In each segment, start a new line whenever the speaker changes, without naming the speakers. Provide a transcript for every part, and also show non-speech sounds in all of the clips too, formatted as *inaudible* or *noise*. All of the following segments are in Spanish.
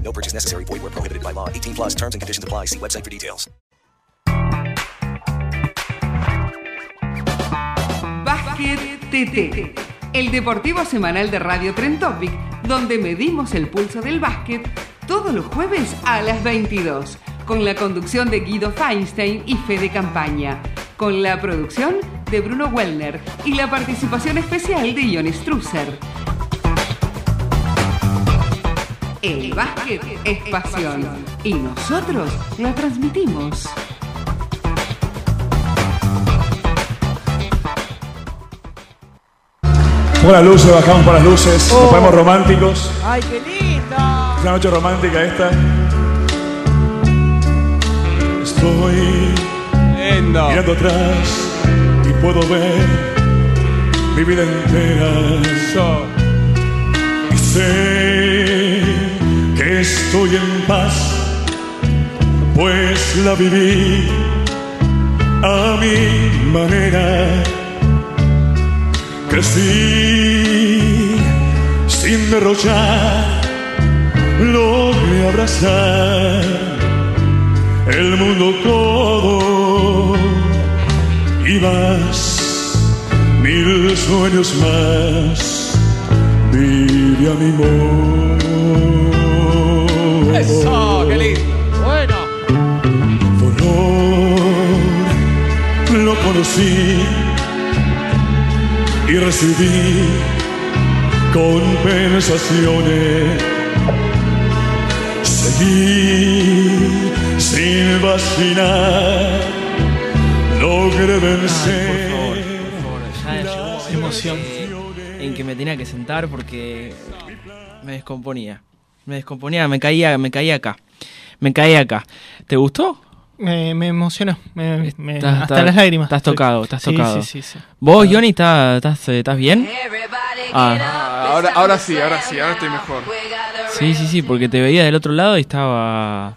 No purchase necessary. Void where prohibited by law. 18 plus terms and conditions apply. See website for details.
Básquet TT, el deportivo semanal de Radio Tren Topic, donde medimos el pulso del básquet todos los jueves a las 22, con la conducción de Guido Feinstein y Fede Campaña, con la producción de Bruno Wellner y la participación especial de Ion Strusser. El básquet es pasión y nosotros la transmitimos.
Pongo las luces, bajamos por las luces, nos ponemos románticos.
Oh. ¡Ay, qué lindo!
Es una noche romántica esta. Estoy mirando atrás y puedo ver mi vida entera. Y sé que estoy en paz, pues la viví a mi manera. Crecí sin derrochar logré abrazar el mundo todo y más, mil sueños más, vive a mi amor.
Eso, Oh, qué lindo. Bueno.
Dolor lo conocí y recibí compensaciones. Seguí sin vacilar, logré
Ah,
vencer.
Ya llegó una emoción en que me tenía que sentar porque me descomponía. Me descomponía, me caía, me caía acá. Me caía acá. ¿Te gustó?
Me, me emocionó. me- me-
Estás-
hasta
estás-
las lágrimas.
Estás
Estoy-
tocado, estás
Sí,
tocado.
Sí, sí, sí.
¿Vos, Johnny, estás, estás, eh, estás bien? Ah,
Ah, ahora, ahora sí, ahora sí, ahora estoy mejor.
sí, sí, sí, porque te veía del otro lado y estaba.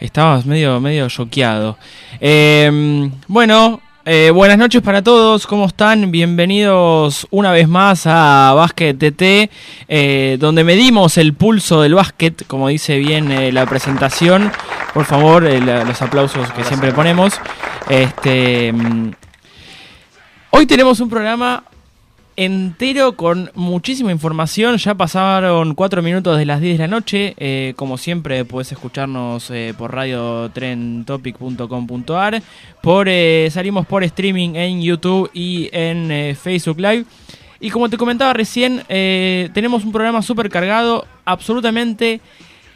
Estabas medio, medio choqueado. Eh, bueno, eh, buenas noches para todos, ¿cómo están? Bienvenidos una vez más a Básquet TT, eh, donde medimos el pulso del básquet, como dice bien eh, la presentación. Por favor, eh, la- los aplausos que siempre ponemos. Este. mm, Hoy tenemos un programa entero con muchísima información. Ya pasaron 4 minutos de las 10 de la noche. Eh, como siempre, puedes escucharnos eh, por radiotrentopic.com.ar. Por, eh, salimos por streaming en YouTube y en eh, Facebook Live. Y como te comentaba recién, eh, tenemos un programa súper cargado, absolutamente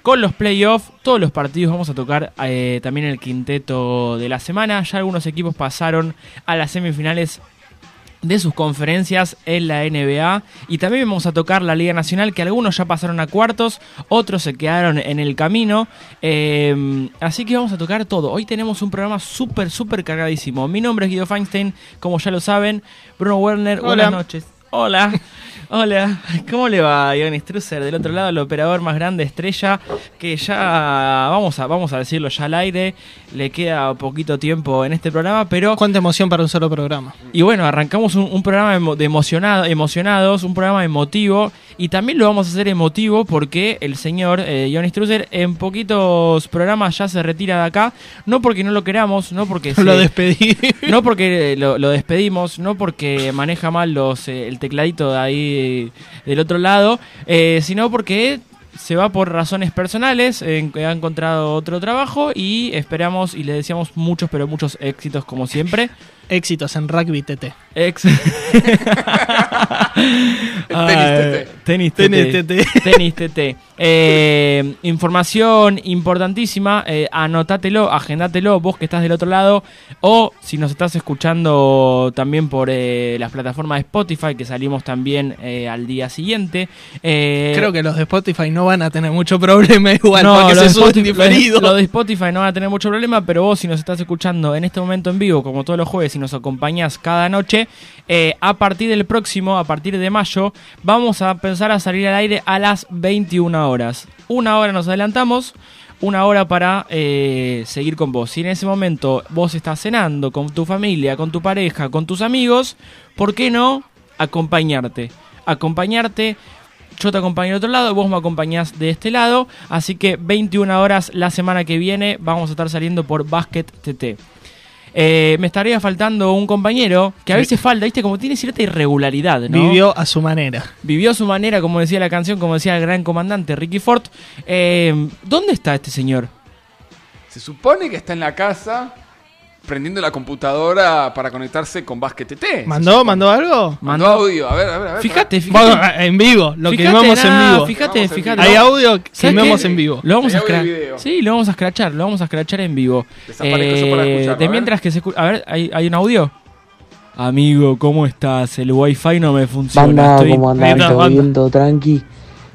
con los playoffs, todos los partidos vamos a tocar eh, también el quinteto de la semana. Ya algunos equipos pasaron a las semifinales de sus conferencias en la NBA y también vamos a tocar la Liga Nacional que algunos ya pasaron a cuartos, otros se quedaron en el camino, Eh, así que vamos a tocar todo. Hoy tenemos un programa súper, súper cargadísimo. Mi nombre es Guido Feinstein, como ya lo saben, Bruno Werner,
Hola.
buenas noches. Hola, *laughs* hola, ¿cómo le va Ion Strusser? Del otro lado, el operador más grande estrella, que ya, vamos a, vamos a decirlo ya al aire, le queda poquito tiempo en este programa, pero
Cuánta emoción para un solo programa.
y bueno, arrancamos un, un programa emo- de emocionado, emocionados, un programa emotivo. Y también lo vamos a hacer emotivo porque el señor eh, Johnny Strusser en poquitos programas ya se retira de acá. No porque no lo queramos, no porque se-
*laughs* Lo despedí.
*laughs* no porque eh, lo, lo despedimos, no porque maneja mal los, eh, el tecladito de ahí del otro lado, eh, sino porque se va por razones personales, eh, ha encontrado otro trabajo y esperamos y le deseamos muchos, pero muchos éxitos como siempre.
Éxitos en rugby TT.
*laughs* Ex Tenis
Tenis TT.
TT.
Tenis TT.
Tenis TT. Eh, información importantísima. eh, anótatelo, agendátelo, vos que estás del otro lado. O si nos estás escuchando también por eh, las plataformas de Spotify, que salimos también eh, al día siguiente. Eh,
Creo que los de Spotify no van a tener mucho problema igual
no,
porque
lo
se
de
suben
Spotify-
diferido.
Lo de Spotify no va a tener mucho problema, pero vos si nos estás escuchando en este momento en vivo, como todos los jueves, y nos acompañás cada noche, eh, a partir del próximo, a partir de mayo, vamos a pensar a salir al aire a las 21 horas. Una hora nos adelantamos. Una hora para eh, seguir con vos. Si en ese momento vos estás cenando con tu familia, con tu pareja, con tus amigos, ¿por qué no acompañarte? Acompañarte, yo te acompaño del otro lado, vos me acompañás de este lado. Así que 21 horas la semana que viene vamos a estar saliendo por Basket TT. Eh, me estaría faltando un compañero que a veces falta, ¿viste? Como tiene cierta irregularidad, ¿no?
Vivió a su manera.
Vivió a su manera, como decía la canción, como decía el gran comandante Ricky Ford. Eh, ¿Dónde está este señor?
Se supone que está en la casa prendiendo la computadora para conectarse con Basket TT.
¿Mandó? ¿Mandó algo?
Mandó audio, a ver, a ver, a ver.
Fíjate, fíjate.
Bueno, en vivo, lo
Fíjate,
quemamos
nada,
en vivo.
Fíjate, fíjate.
Hay audio que
¿Sabes
quemamos
qué?
en vivo.
Lo vamos
Hay
a
audio y
escrachar.
video.
Sí, lo vamos a escrachar, lo vamos a escrachar en vivo. Eh,
Desaparezco yo para escucharlo, a
de
ver.
mientras que se escu- A ver, ¿hay, hay un audio? Amigo, ¿cómo estás? El wifi no me funciona.
Banda,
Estoy-
como andan?
Neta,
¿Todo
banda.
bien? ¿Todo tranqui?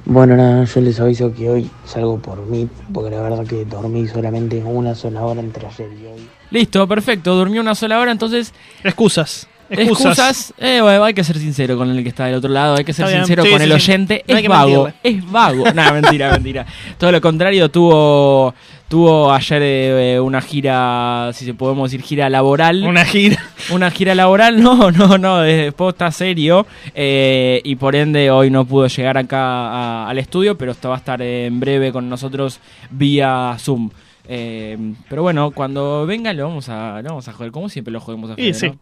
Bueno, nada, yo les aviso que hoy salgo por mí, porque la verdad que dormí solamente una sola hora entre ayer y hoy.
Listo, perfecto. Durmió una sola hora, entonces.
Excusas.
Excusas. Eh, bueno, hay que ser sincero con el que está del otro lado. Hay que ser
Está bien,
sincero
sí,
con
sí,
el
sí.
oyente.
No hay
es
que
vago.
mentirle.
Es
*laughs*
vago. Nada, mentira, mentira. Todo lo contrario, tuvo. Tuvo ayer eh, una gira, si se podemos decir, gira laboral.
Una gira.
Una gira laboral, no, no, no, es posta serio. eh, y por ende, hoy no pudo llegar acá a- al estudio, pero esto va a estar en breve con nosotros vía Zoom. Eh, pero bueno, cuando venga lo vamos a, lo vamos a joder, como siempre lo jodemos a Fede,
Y sí.
¿no?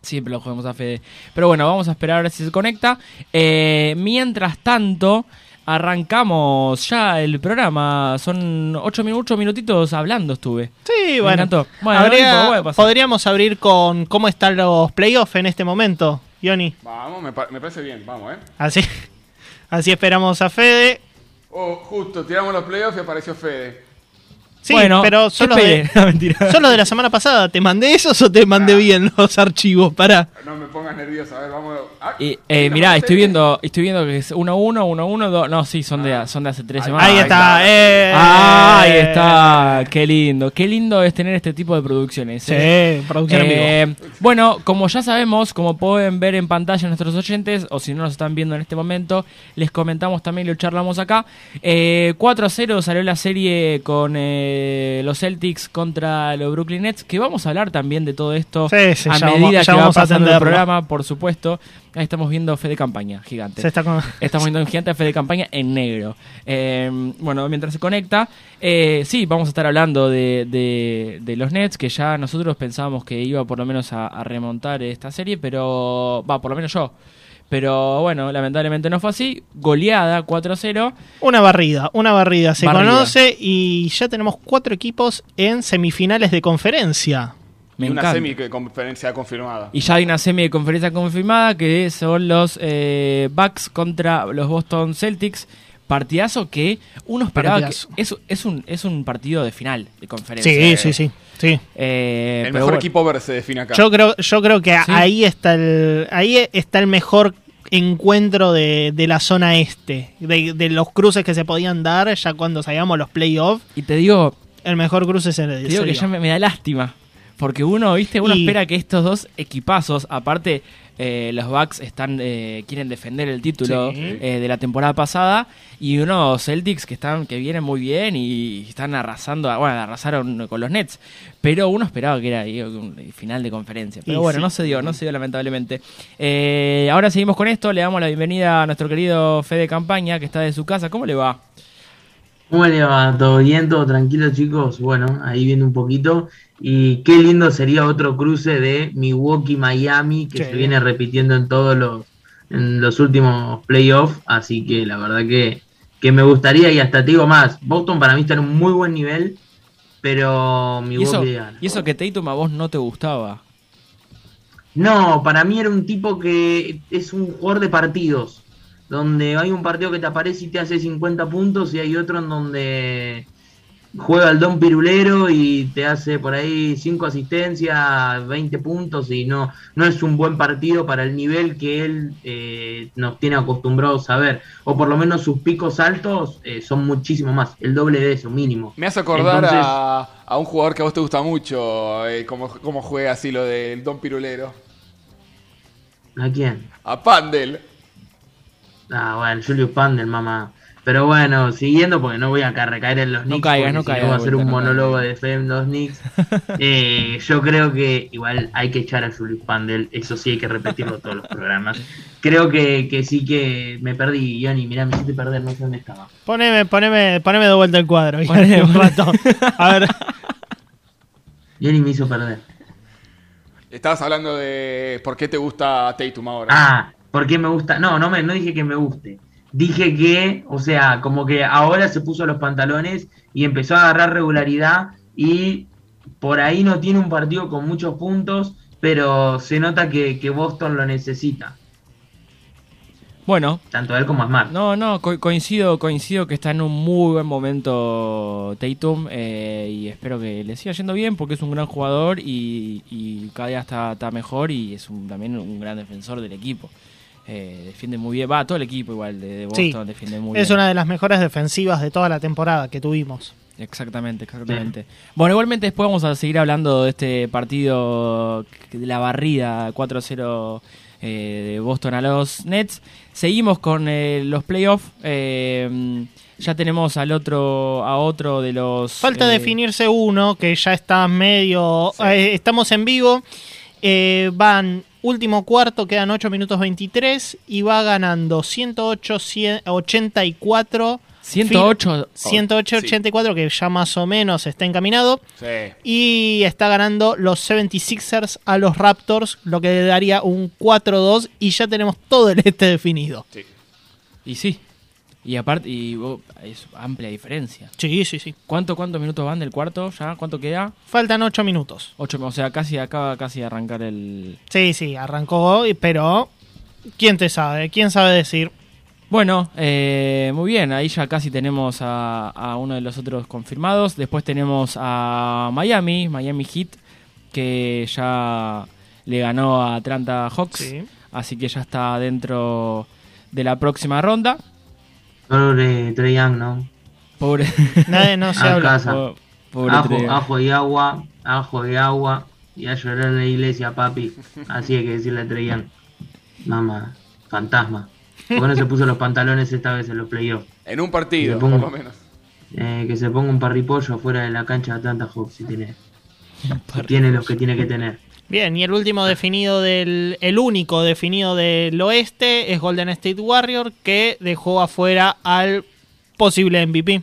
Siempre lo jodemos a Fede. Pero bueno, vamos a esperar a ver si se conecta. Eh, mientras tanto, arrancamos ya el programa. Son 8 minutos, minutitos hablando estuve.
Sí,
Me
bueno.
encantó. Bueno,
Habría-
no, bueno, pasa.
podríamos abrir con cómo están los playoffs en este momento, Johnny.
Vamos, me, pa- me parece bien, vamos, eh.
Así, así esperamos a Fede.
Oh, justo, tiramos los playoffs y apareció Fede.
Sí,
Bueno,
pero son los, de, *laughs*
espere. No, mentira.
son los de la semana pasada. ¿Te mandé esos o te mandé bien los archivos? Pará.
Ah. No me pongas nervioso, a ver, vamos. Ah,
Y, eh, mirá, estoy viendo, estoy viendo que es 1-1, 1-1, 2. No, sí, son
Ah.
de, son de hace tres semanas.
Ahí está. eh.
Ah, ahí está. Qué lindo. Qué lindo es tener este tipo de producciones.
Sí,
eh.
producción en vivo.
Eh, Bueno, como ya sabemos, como pueden ver en pantalla nuestros oyentes, o si no nos están viendo en este momento, les comentamos Pues también y lo charlamos acá. Eh, 4 a 0 salió la serie con eh, los Celtics contra los Brooklyn Nets, que vamos a hablar también de todo esto
Sí, sí,
a
ya vamos-
medida
ya
que va
vamos a
pasando el
atenderlo.
programa, por supuesto. Ahí estamos viendo fe de campaña, gigante.
Se está con-
Estamos viendo un gigante fe de campaña en negro. Eh, bueno, mientras se conecta, eh, sí, vamos a estar hablando de, de- de los Nets, que ya nosotros pensábamos que iba por lo menos a, a remontar esta serie, pero va, por lo menos yo. Pero bueno, lamentablemente no fue así. Goleada 4-0.
Una barrida, una barrida. Se
Barrida.
conoce y ya tenemos cuatro equipos en semifinales de conferencia.
Me
y una
encanta.
semi-conferencia confirmada.
Y ya hay una semi de conferencia confirmada que son los eh, Bucks contra los Boston Celtics. Partidazo que uno esperaba
Partidazo.
que es, es un es un partido de final de conferencia.
Sí, sí, sí. sí.
Eh, pero
El mejor
bueno.
equipo verde se define acá.
Yo creo, yo creo que a-
Sí.
ahí está el, ahí está el mejor encuentro de, de la zona este, de, de los cruces que se podían dar ya cuando salíamos los playoffs.
Y te digo,
El mejor cruce es el
te digo que ya me, me da lástima. Porque uno, viste, uno
Y-
espera que estos dos equipazos, aparte eh, los Bucks están, eh, quieren defender el título
Sí.
eh, de la temporada pasada, y unos Celtics que están, que vienen muy bien y están arrasando, bueno, arrasaron con los Nets. Pero uno esperaba que era digo, un final de conferencia. Pero
Y
bueno,
sí.
no se dio, no se dio lamentablemente. Eh, ahora seguimos con esto, le damos la bienvenida a nuestro querido Fede Campaña, que está de su casa. ¿Cómo le va?
¿Cómo le va? ¿Todo bien? ¿Todo tranquilo, chicos? Bueno, ahí viendo un poquito. Y qué lindo sería otro cruce de Milwaukee-Miami que
Sí.
se viene repitiendo en todos los, en los últimos playoffs. Así que la verdad que que me gustaría y hasta te digo más, Boston para mí está en un muy buen nivel, pero
Y eso,
Milwaukee gana.
y eso que Tatum a vos no te gustaba.
No, para mí era un tipo que es un jugador de partidos, donde hay un partido que te aparece y te hace 50 puntos y hay otro en donde juega el Don Pirulero y te hace por ahí 5 asistencias, 20 puntos y no, no es un buen partido para el nivel que él eh, nos tiene acostumbrados a ver, o por lo menos sus picos altos eh, son muchísimo más, el doble de eso mínimo.
Me hace acordar
Entonces-
a, a un jugador que a vos te gusta mucho, eh, como, como juega así lo del Don Pirulero.
¿A quién?
A Pandel.
Ah, bueno, Julius Pandel, mamá. Pero bueno, siguiendo, porque no voy a ca- recaer en los Knicks.
caigas,
porque
no
si
caigas,
Voy a hacer
Vuelta,
un
no
monólogo de fe en los Knicks. Eh, yo creo que igual hay que echar a Julius Pandel. Eso sí, hay que repetirlo todos los programas. Creo que, que sí que me perdí, Johnny. Mirá, me hiciste perder, no sé dónde estaba.
Poneme, poneme, poneme de vuelta el cuadro. hija
Poneme,
de un rato. A ver.
Johnny me hizo perder.
Estabas hablando de por qué te gusta Tatum ahora.
Ah, ¿por qué me gusta? No, no, me, no dije que me guste. Dije que, o sea, como que ahora se puso los pantalones y empezó a agarrar regularidad y por ahí no tiene un partido con muchos puntos, pero se nota que, que Boston lo necesita,
Bueno,
tanto él como Smart.
No, no, co- coincido, coincido que está en un muy buen momento Tatum eh, y espero que le siga yendo bien porque es un gran jugador y, y cada día está, está mejor y es un- también un gran defensor del equipo. Eh, defiende muy bien, va todo el equipo igual de, de
Sí,
Boston, defiende muy
es
bien.
una de las mejores defensivas de toda la temporada que tuvimos.
Exactamente, exactamente. Bueno, igualmente después vamos a seguir hablando de este partido, de la barrida 4-0 eh, de Boston a los Nets. Seguimos con eh, los playoffs. eh, ya tenemos al otro, a otro de los...
Falta
eh,
definirse uno que ya está medio. eh, estamos en vivo. Eh, van último cuarto, quedan 8 minutos 23 y va ganando 108, 100, 84.
108.
108,
Sí.
84, que ya más o menos está encaminado.
Sí.
Y está ganando los 76ers a los Raptors, lo que le daría un 4-2. Y ya tenemos todo el este definido.
Y sí. Y aparte, y, vos- es amplia diferencia.
Sí, sí, sí.
¿Cuánto, ¿Cuántos minutos van del cuarto ya? ¿Cuánto queda?
Faltan 8 minutos.
Ocho, o sea, casi acaba casi de arrancar el...
Sí, sí, arrancó, pero ¿quién te sabe? ¿Quién sabe decir?
Bueno, eh, muy bien, ahí ya casi tenemos a, a uno de los otros confirmados. Después tenemos a Miami, Miami Heat, que ya le ganó a Atlanta Hawks, así que ya está dentro de la próxima ronda.
Pobre Trae Young, ¿no?
Pobre. *laughs*
Nadie no se
A
habla.
casa.
Po-
pobre
ajo,
Trae Young.
ajo y agua, ajo y agua. Y a llorar en la iglesia, papi. Así hay que decirle a Trae Young. Mamá, fantasma. ¿Por qué no se puso los pantalones esta vez en los playoffs?
En un partido,
Le pongo-
por lo menos.
Eh, que se ponga un parripollo afuera de la cancha de Atlanta Hawks si tiene, si tiene los que tiene que tener.
Bien, y el último definido del. El único definido del oeste es Golden State Warrior, que dejó afuera al posible MVP.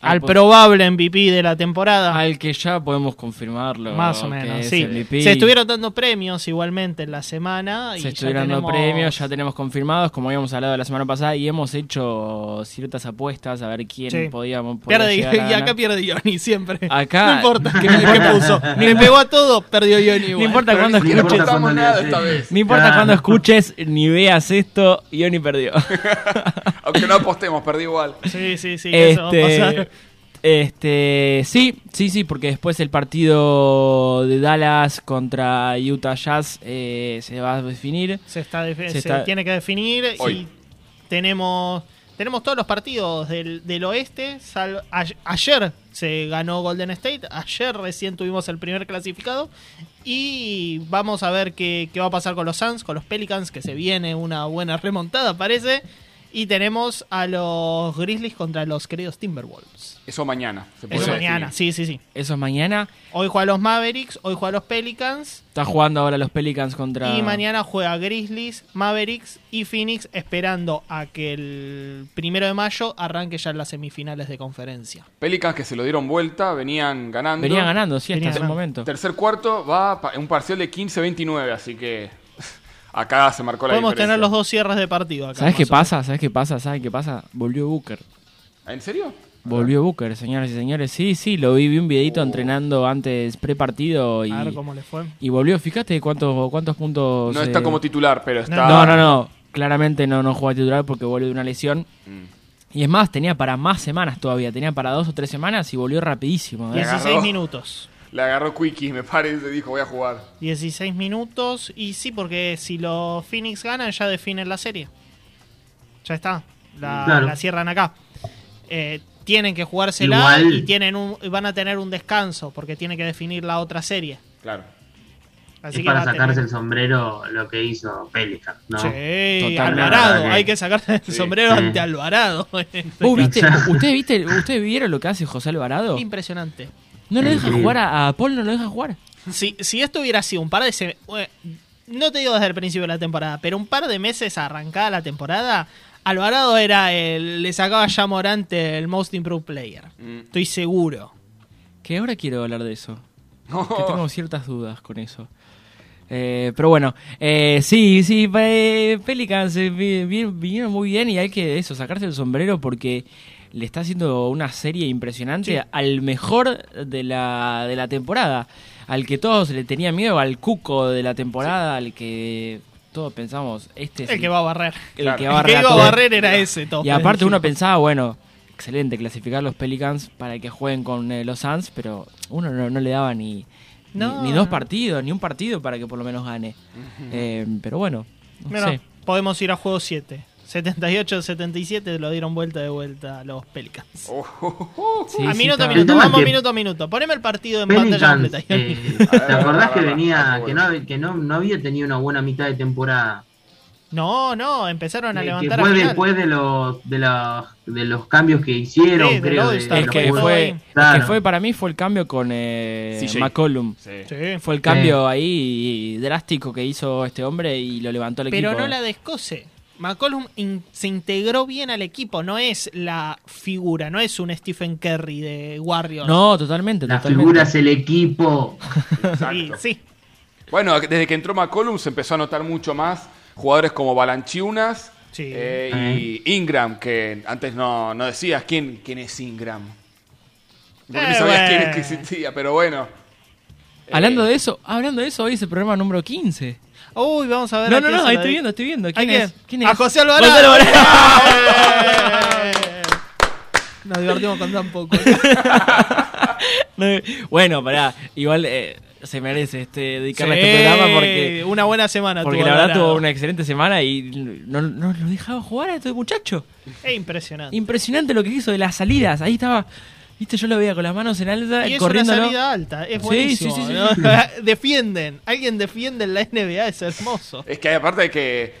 Al
po-
probable MVP de la temporada.
Al que ya podemos confirmarlo.
Más o
que
menos,
es
sí.
MVP.
Se estuvieron dando premios igualmente en la semana. y
Se
ya
estuvieron dando
tenemos-
premios, ya tenemos confirmados, como habíamos hablado la semana pasada, y hemos hecho ciertas apuestas a ver quién
Sí.
podíamos podía
Pierde-
llegar a
y acá
ganar.
pierde Ioni siempre.
Acá-
No importa
No
qué,
importa.
qué puso.
Ni-
Le pegó a todo, perdió Ioni.
No importa cuándo
cuando
escuches.
nada esta vez.
No importa
Claro.
cuándo escuches ni veas esto, Ioni perdió.
Aunque no apostemos, perdí igual.
Sí, sí, sí,
este, este, sí, sí, sí, porque después el partido de Dallas contra Utah Jazz eh, se va a definir.
Se, está defi-
Se
se
está-
tiene que definir
Hoy.
y tenemos tenemos todos los partidos del, del oeste. sal- a- ayer se ganó Golden State, ayer recién tuvimos el primer clasificado y vamos a ver qué, qué va a pasar con los Suns, con los Pelicans, que se viene una buena remontada parece. Y tenemos a los Grizzlies contra los queridos Timberwolves.
Eso mañana. se puede
Eso
decir.
mañana, sí, sí, sí.
Eso es mañana.
Hoy juega los Mavericks, hoy juega los Pelicans.
Está jugando ahora los Pelicans contra.
Y mañana juega Grizzlies, Mavericks y Phoenix, esperando a que el primero de mayo arranque ya las semifinales de conferencia.
Pelicans que se lo dieron vuelta, venían ganando.
Venían ganando, sí, hasta Venían ese ganando. momento.
Tercer cuarto va pa- un parcial de 15-29, así que Acá se marcó la
Podemos
diferencia.
tener los dos cierres de partido acá.
¿Sabes
más
qué
o menos.
pasa? ¿Sabes qué pasa? ¿Sabes qué pasa? Volvió Booker.
¿Ah, ¿En serio?
Volvió Booker, señoras y señores. Sí, sí, lo vi, vi un videito
Oh.
entrenando antes pre-partido y,
A ver cómo le fue.
y volvió. Fíjate cuántos, cuántos puntos... eh,
No está como titular, pero está-
No, no, no. Claramente no, no juega titular porque volvió de una lesión.
Mm.
Y es más, tenía para más semanas todavía. Tenía para dos o tres semanas y volvió rapidísimo. ¿eh?
16 minutos.
Le agarró Quickie, me parece, dijo, voy a jugar.
16 minutos. Y sí, porque si los Phoenix ganan, ya definen la serie. Ya está. La,
Claro.
la cierran acá. Eh, tienen que jugársela
Igual.
y tienen un, y van a tener un descanso porque tienen que definir la otra serie.
Claro.
Así
es
que
para
va a
sacarse
tener-
el sombrero lo que hizo Pelican, ¿no?
Sí,
Totalmente.
Alvarado. Hay que sacarse el
Sí.
sombrero
Sí.
ante Alvarado.
¿Vos viste, ¿ustedes, viste, ¿Ustedes vieron lo que hace José Alvarado?
Impresionante.
No lo deja
Increíble.
jugar a, a Paul, no lo deja jugar.
Si, si esto hubiera sido un par de se- eh, no te digo desde el principio de la temporada, pero un par de meses arrancada la temporada, Alvarado era el, le sacaba ya Morante el most improved player. Estoy seguro.
Que ahora quiero hablar de eso. Que tengo ciertas dudas con eso. Eh, pero bueno, eh, sí, sí, pe- Pelicans eh, vi- vi- vinieron muy bien y hay que eso, sacarse el sombrero porque le está haciendo una serie impresionante al mejor de la, de la temporada, al que todos le tenían miedo, al cuco de la temporada, al que todos pensamos, este es
El que va a barrer.
el
Claro.
que
El
va a barrer
que
a
iba a
todos.
barrer era ese, todos
Y aparte
pensaban.
uno pensaba, bueno, excelente clasificar los Pelicans para que jueguen con eh, los Suns, pero uno no, no le daba ni, ni-
No,
ni, dos
no.
partidos, ni un partido para que por lo menos gane. Eh, pero bueno, no
Mirá,
sé.
podemos ir a juego 7. 78-77 lo dieron vuelta de vuelta a los Pelicans.
Sí,
a
sí,
minuto a
estaba-
El
minuto,
tema es
vamos
que
minuto a minuto. Poneme el partido en pantalla
Pelicans,
completa.
eh, ¿te acordás que
Barra,
venía,
barra,
que, no, hab- que no, no había tenido una buena mitad de temporada?
No, no, empezaron a
Que- que
levantar a
fue
final.
después de los, de, los, de los cambios que hicieron,
Sí, del
creo. de-
All-Star.
de
Es
los
que,
juegos.
fue, es que
Claro.
fue- para mí fue el cambio con eh,
CJ.
McCollum.
Sí.
Fue el cambio ahí drástico que hizo este hombre y lo levantó el
Pero
equipo.
no la descose. McCollum in- se integró bien al equipo, no es la figura, no es un Stephen Curry de Warriors.
No, totalmente,
Las
totalmente.
figuras, el equipo.
Sí, sí.
Bueno, desde que entró McCollum se empezó a notar mucho más jugadores como Balanchiunas eh, y Ingram, que antes no, no decías quién, quién es Ingram. Porque
Eh,
no sabías quién
bueno.
es que existía, pero bueno.
Hablando de eso, hablando de eso, hoy es el programa número 15.
Uy, vamos a ver.
No,
a
no,
quién
no,
se
ahí
la
estoy
di.
viendo, estoy viendo.
¿A
¿Quién,
quién?
es? ¿Quién
A
es?
José Alvarado.
José
Nos divertimos con tan poco.
No, bueno, pará, igual eh, se merece este, dedicarle
Sí,
este programa porque,
una buena semana
porque
tuvo
la verdad
Alvarado.
tuvo una excelente semana y no, no lo dejaba jugar a este muchacho.
Es impresionante.
Impresionante lo que hizo de las salidas. Ahí estaba, viste, yo lo veía con las manos en alta,
Y es
corriendo.
una salida alta, es
Sí,
buenísimo.
sí, sí, sí,
¿no?
sí.
Defienden, alguien defiende en la NBA, es hermoso.
Es que aparte de que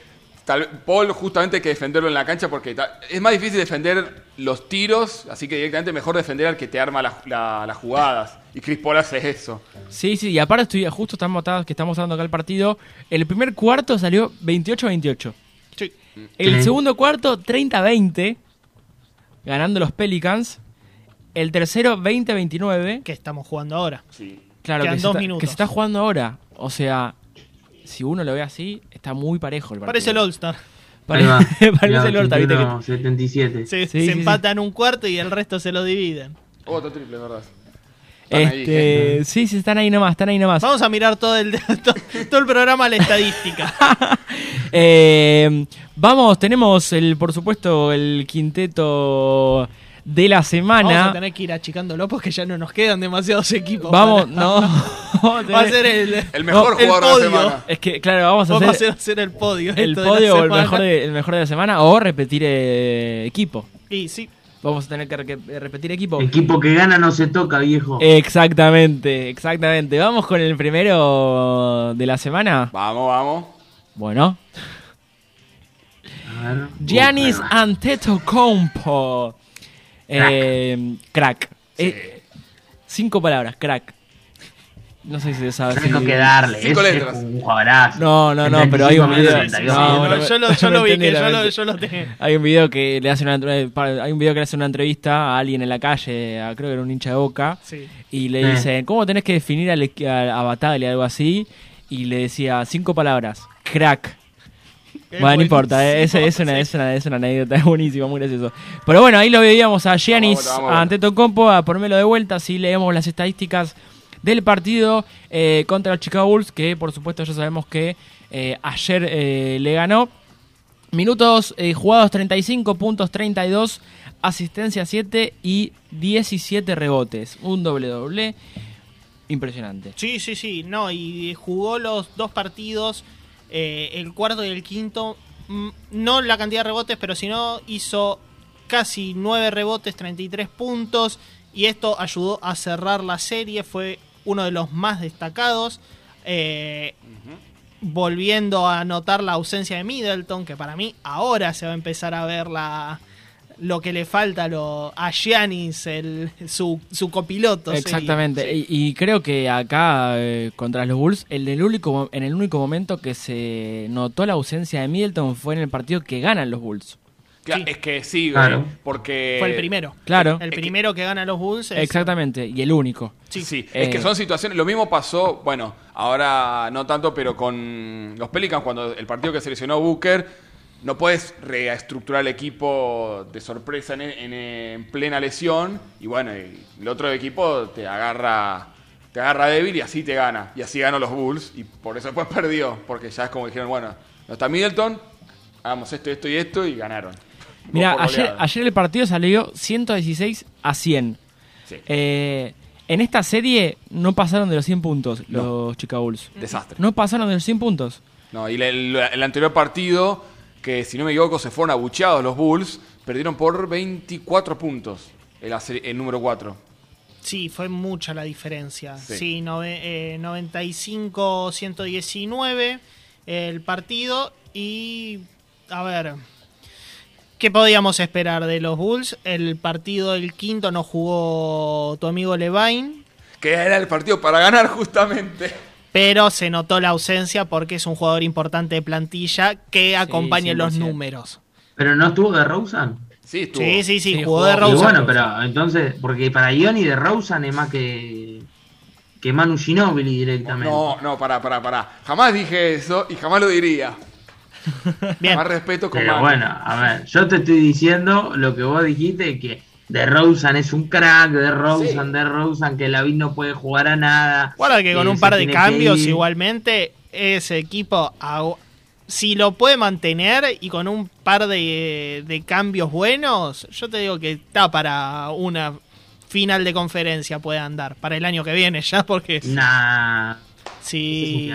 tal, Paul justamente hay que defenderlo en la cancha porque ta- es más difícil defender los tiros, así que directamente mejor defender al que te arma la- la- las jugadas. Y Chris Paul hace eso.
Sí, sí, y aparte estoy, justo estamos atados que estamos dando acá el partido. El primer cuarto salió 28-28. El
Sí.
segundo cuarto 30-20, ganando los Pelicans. El tercero 20-29.
Que estamos jugando ahora.
Claro,
Quedan
que se,
dos
está,
minutos.
que se está jugando ahora. O sea, si uno lo ve así, está muy parejo el partido.
Parece el All-Star.
Pare-
Ahí va.
parece el Horta, viste que-
81, 77.
Se,
Sí,
se
sí, sí.
empatan un cuarto y el resto se lo dividen.
Otro triple, ¿verdad?
Este, sí, sí, están ahí nomás, están ahí nomás.
Vamos a mirar todo el, *laughs* todo, todo el programa a la estadística.
*laughs* Eh, vamos, tenemos el, por supuesto, el quinteto de la
Vamos a
semana.
tener que ir achicándolo porque ya no nos quedan demasiados equipos.
Vamos,
*laughs*
*laughs*
para-
no.
Va a ser el, podio.
Es que, claro, vamos a
Vamos a
hacer
hacer, hacer el podio.
el
esto de la
podio o el
semana.
mejor, de, el mejor de la semana o repetir eh, equipo.
Y sí.
Vamos a tener que re- eh, repetir equipo.
Equipo que gana no se toca, viejo.
Exactamente, exactamente. Vamos con el primero de la semana.
Vamos, vamos.
Bueno,
A ver.
Giannis Antetokounmpo. Eh, crack. Eh, cinco palabras, crack. No sé si se sabe.
Tengo
si-
que darle. es- es Un jugadorazo.
No, no, no, pero hay un video. No, bueno,
yo lo,
me
yo lo vi, que
entendí,
yo
me
lo,
entendí.
yo lo tengo.
Hay un video que le hace una hay un video que le hace una entrevista a alguien en la calle, a- creo que era un hincha de Boca,
Sí.
y le
Eh.
dicen, "¿Cómo tenés que definir al equi- a, a Bataglia algo así?" Y le decía cinco palabras, crack. Bueno, no importa, eh, es, es una, es, una, es una anécdota, *laughs* es buenísima, muy gracioso. Pero bueno, ahí lo veíamos a Giannis,
Vamos, vamos,
a Antetokounmpo, a Pormelo de vuelta, si leemos las estadísticas del partido eh, contra los Chicago Bulls, que por supuesto ya sabemos que eh, ayer eh, le ganó. Minutos eh, jugados 35, puntos 32, asistencia 7 y 17 rebotes. Un doble doble impresionante.
Sí, sí, sí. No, y jugó los dos partidos, eh, el cuarto y el quinto. Mm, No la cantidad de rebotes, pero si no, hizo casi nueve rebotes, 33 puntos. Y esto ayudó a cerrar la serie. Fue uno de los más destacados. Eh, Volviendo a notar la ausencia de Middleton, que para mí ahora se va a empezar a ver la, lo que le falta a lo, a Giannis, el, su, su copiloto. sí.
Exactamente. Y, y creo que acá eh, contra los Bulls, el, del único, mo- en el único momento que se notó la ausencia de Middleton fue en el partido que ganan los Bulls.
Claro, Es que sí, güey,
Claro.
porque...
Fue el primero.
Claro.
El primero que gana los Bulls. es-
Exactamente, y el único.
Sí, sí.
Eh,
es que son situaciones. Lo mismo pasó, bueno, ahora no tanto, pero con los Pelicans, cuando el partido que seleccionó Booker, no puedes reestructurar el equipo de sorpresa en, en- en plena lesión. Y bueno, y el otro equipo te agarra te agarra débil y así te gana. Y así ganó los Bulls, y por eso *laughs* después perdió, porque ya es como que dijeron, bueno, no está Middleton, hagamos esto, esto y esto, y ganaron.
Mira,
Por
ayer,
goleada.
ayer el partido salió 116 a 100.
Sí.
Eh, en esta serie no pasaron de los 100 puntos
No.
los Chicago Bulls.
Desastre.
No pasaron de los 100 puntos.
No, y el, el- el anterior partido, que si no me equivoco se fueron abucheados los Bulls, perdieron por 24 puntos el, ase- el número 4.
Sí, fue mucha la diferencia.
Sí.
Sí, nove- eh, 95-119 el partido. Y a ver, ¿qué podíamos esperar de los Bulls? El partido del quinto no jugó tu amigo Levine.
Que era el partido para ganar justamente.
Pero se notó la ausencia porque es un jugador importante de plantilla que acompaña los
100%.
números.
Pero no estuvo de Rosen.
Sí,
estuvo. Sí, sí, sí, Sí, jugó jugó. de
Y
Rosen.
bueno, pero entonces, porque para Ioni de Rosen es más que, que Manu Ginobili directamente.
No, no, pará, pará, pará. Jamás dije eso y jamás
*laughs*
lo diría. Más respeto con
Pero
Manu.
bueno, a ver, yo te estoy diciendo lo que vos dijiste, que de Rosen es un crack, de Rosen, de Rosen, que Lavín no puede jugar a nada.
Guarda que con
eh,
un
se
par de
tiene que
cambios
ir.
igualmente ese equipo agu- si lo puede mantener y con un par de, de cambios buenos, yo te digo que está para una final de conferencia puede andar para el año que viene ya porque
Nah.
sí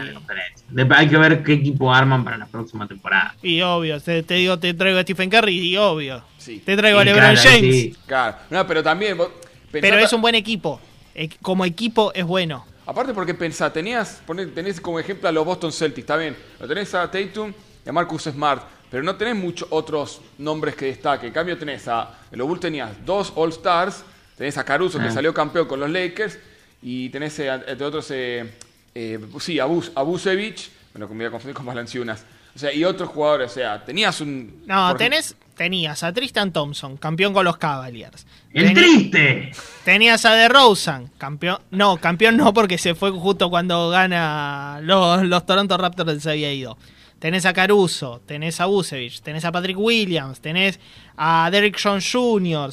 De- hay que ver qué equipo arman para la próxima temporada.
y obvio te, te digo te traigo a Stephen Curry y obvio
Sí.
te traigo a LeBron James
Claro. No, pero también. vos pensá-
pero es un buen equipo E- como equipo es bueno
Aparte porque pensá, tenías, poné- tenés como ejemplo a los Boston Celtics, está bien. Lo tenés a Tatum y a Marcus Smart, pero no tenés muchos otros nombres que destaquen. En cambio tenés a, en los Bulls tenías dos All Stars, tenés a Caruso que
Ah.
salió campeón con los Lakers y tenés eh, a- entre otros, eh, eh, sí, a, Bus, a Busevich, me lo me voy a confundir con Balanciunas. O sea, y otros jugadores, o sea, tenías un...
No,
por-
tenés, tenías a Tristan Thompson, campeón con los Cavaliers.
¡El
triste!
Tenías a DeRozan, campeón. No, campeón no, porque se fue justo cuando gana los, los Toronto Raptors, se había ido. Tenés a Caruso, tenés a Busevich, tenés a Patrick Williams, tenés a Derrick Jones Jr.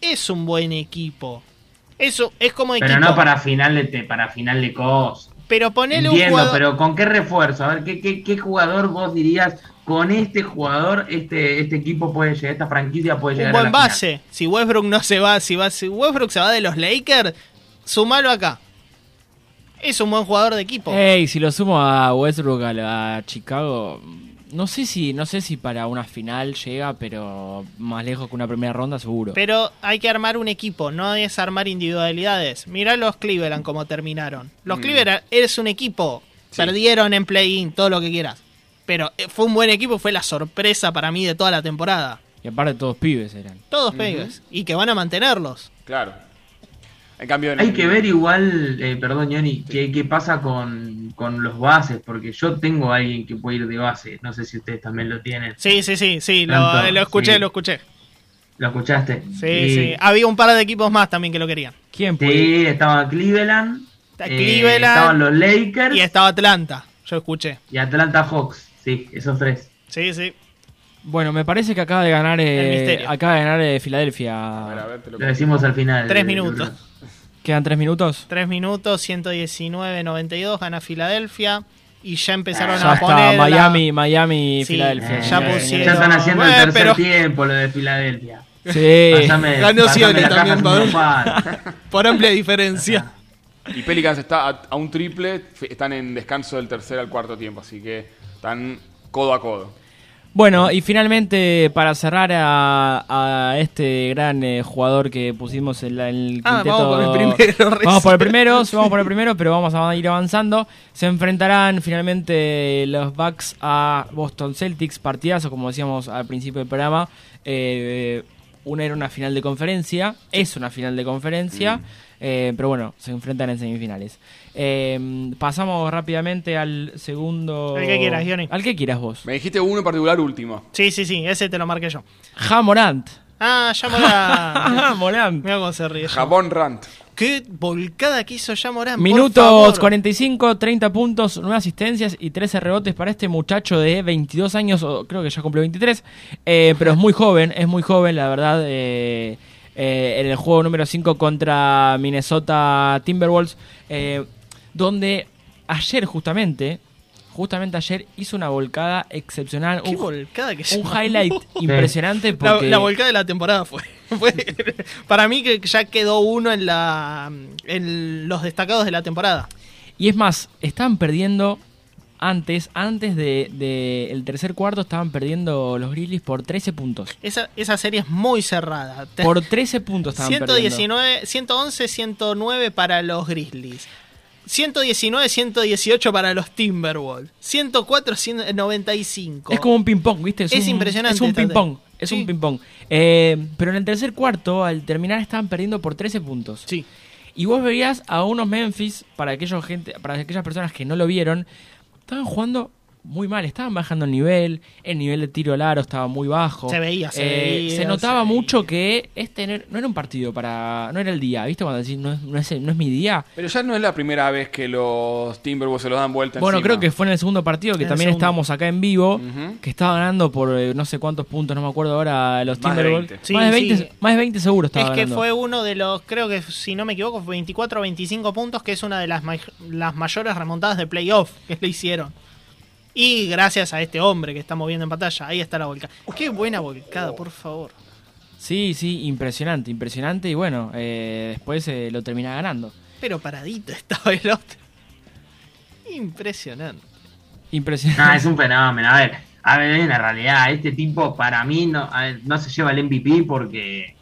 Es un buen equipo. Eso es como equipo.
Pero no para final de, te- para final de cos.
Pero ponele un
Entiendo,
jugador.
pero ¿con qué refuerzo? A ver, ¿qué, qué, qué jugador vos dirías con este jugador este, este equipo puede llegar, esta franquicia puede
un
llegar a
buen
la final?
base. Si Westbrook no se va, si, va, si Westbrook se va de los Lakers, sumalo acá. Es un buen jugador de equipo.
Ey, si lo sumo a Westbrook a, la- a Chicago, no sé si no sé si para una final llega, pero más lejos que una primera ronda seguro.
Pero hay que armar un equipo, no es armar individualidades. Mirá los Cleveland como terminaron. Los
Mm.
Cleveland es un equipo. Perdieron en play-in, todo lo que quieras. Pero eh, fue un buen equipo, fue la sorpresa para mí de toda la temporada.
Y aparte todos pibes eran.
Todos
Ujú.
pibes. Y que van a mantenerlos.
Claro. En cambio... en-
Hay que ver igual, eh, perdón, Johnny, qué, qué pasa con, con los bases, porque yo tengo a alguien que puede ir de base, no sé si ustedes también lo tienen.
Sí, sí, sí, sí. Lo,
Tanto,
lo escuché,
sí.
lo escuché.
¿Lo escuchaste?
Sí, sí. Había un par de equipos más también que lo querían.
¿Quién
Sí, estaba Cleveland,
Está
eh,
Cleveland.
estaban los Lakers
Y estaba Atlanta, yo escuché.
y Atlanta Hawks, sí, esos tres.
Sí, sí.
Bueno, me parece que acaba de ganar
El
eh,
misterio.
acaba de ganar eh, Filadelfia.
Lo decimos al final. eh,
Tres minutos.
Quedan tres minutos.
3 minutos, 119-92, gana Filadelfia. Y ya empezaron
Ya
a poner.
está
la-
Miami, Miami,
Sí,
Filadelfia.
eh, ya
Eh,
pusieron-
Ya están haciendo
Eh,
el tercer
pero-
tiempo lo de Filadelfia.
Sí.
Pásame-
Eh, Ganó
pásame
Sione
la caja
también,
sin
Paul.
tapar.
*laughs* Por amplia diferencia.
Y Pelicans está a, a un triple, f- están en descanso del tercer al cuarto tiempo, así que están codo a codo.
Bueno, y finalmente para cerrar a, a este gran eh, jugador que pusimos en, la- en el
Ah,
quinteto-
vamos por el primero,
*laughs* Vamos por el
recién.
primero, sí, vamos por el primero, pero vamos a ir avanzando. Se enfrentarán finalmente los Bucks a Boston Celtics, partidazo, como decíamos al principio del programa. Eh, una era una final de conferencia, es una final de
Mm.
conferencia, eh, pero bueno, se enfrentan en semifinales. Eh, pasamos rápidamente al segundo...
Al que quieras, Johnny.
Al que quieras vos.
Me dijiste uno en particular último.
Sí, sí, sí, ese te lo marqué yo.
Ja Morant.
Ah, ya
*laughs*
Morán.
Morán.
Mira cómo se ríe.
Jabón Rant.
Qué volcada que hizo ya Morán. por
Minutos
favor.
45, 30 puntos, 9 asistencias y 13 rebotes para este muchacho de 22 años, o creo que ya cumplió 23, eh, pero es muy joven, es muy joven, la verdad. eh, eh, en el juego número 5 contra Minnesota Timberwolves, eh, donde ayer justamente, justamente ayer hizo una volcada excepcional.
Qué
un-
volcada que
un
hizo.
highlight impresionante
La-
porque-
La, volcada de la temporada fue. fue- para mí que ya quedó uno en la en los destacados de la temporada.
Y es más, estaban perdiendo antes, antes del de, el tercer cuarto, estaban perdiendo los Grizzlies por 13 puntos.
Esa, esa serie es muy cerrada. Te-
Por 13 puntos estaban perdiendo.
119, 111, 109 para los Grizzlies. 119, 118 para los Timberwolves. 104, 95.
Es como un ping-pong, ¿viste?
Es
un-
impresionante,
Es un
Tate.
ping-pong. Es
Sí.
un ping-pong. Eh, pero en el tercer cuarto, al terminar, estaban perdiendo por 13 puntos.
Sí.
Y vos veías a unos Memphis, para, aquellos gente, para aquellas personas que no lo vieron, estaban jugando muy mal. Estaban bajando el nivel. El nivel de tiro al aro estaba muy bajo.
Se veía, se veía,
Se notaba
se
mucho que este no era- no era un partido para. No era el día, ¿viste? Cuando decís, no es, no es, no es mi día.
Pero ya no es la primera vez que los Timberwolves se los dan vuelta
Bueno,
encima.
creo que fue en el segundo partido que
En el
también
segundo.
estábamos acá en vivo, que estaba ganando por eh, no sé cuántos puntos, no me acuerdo ahora, los
Más de
Timberwolves.
20.
Sí,
más, de 20,
sí.
más de 20 seguro estaba
Es que
ganando.
fue uno de los, creo que si no me equivoco, fue 24 o 25 puntos, que es una de las, may- las mayores remontadas de playoff que le hicieron. Y gracias a este hombre que estamos viendo en pantalla, ahí está la volcada. Qué buena volcada, por favor.
Sí, sí, impresionante, impresionante. Y bueno, eh, después eh, lo termina ganando.
Pero paradito estaba el otro. Impresionante.
Impresionante.
Ah, es un fenómeno. A ver, a ver, en la realidad, este tipo para mí no, a ver, no se lleva el MVP porque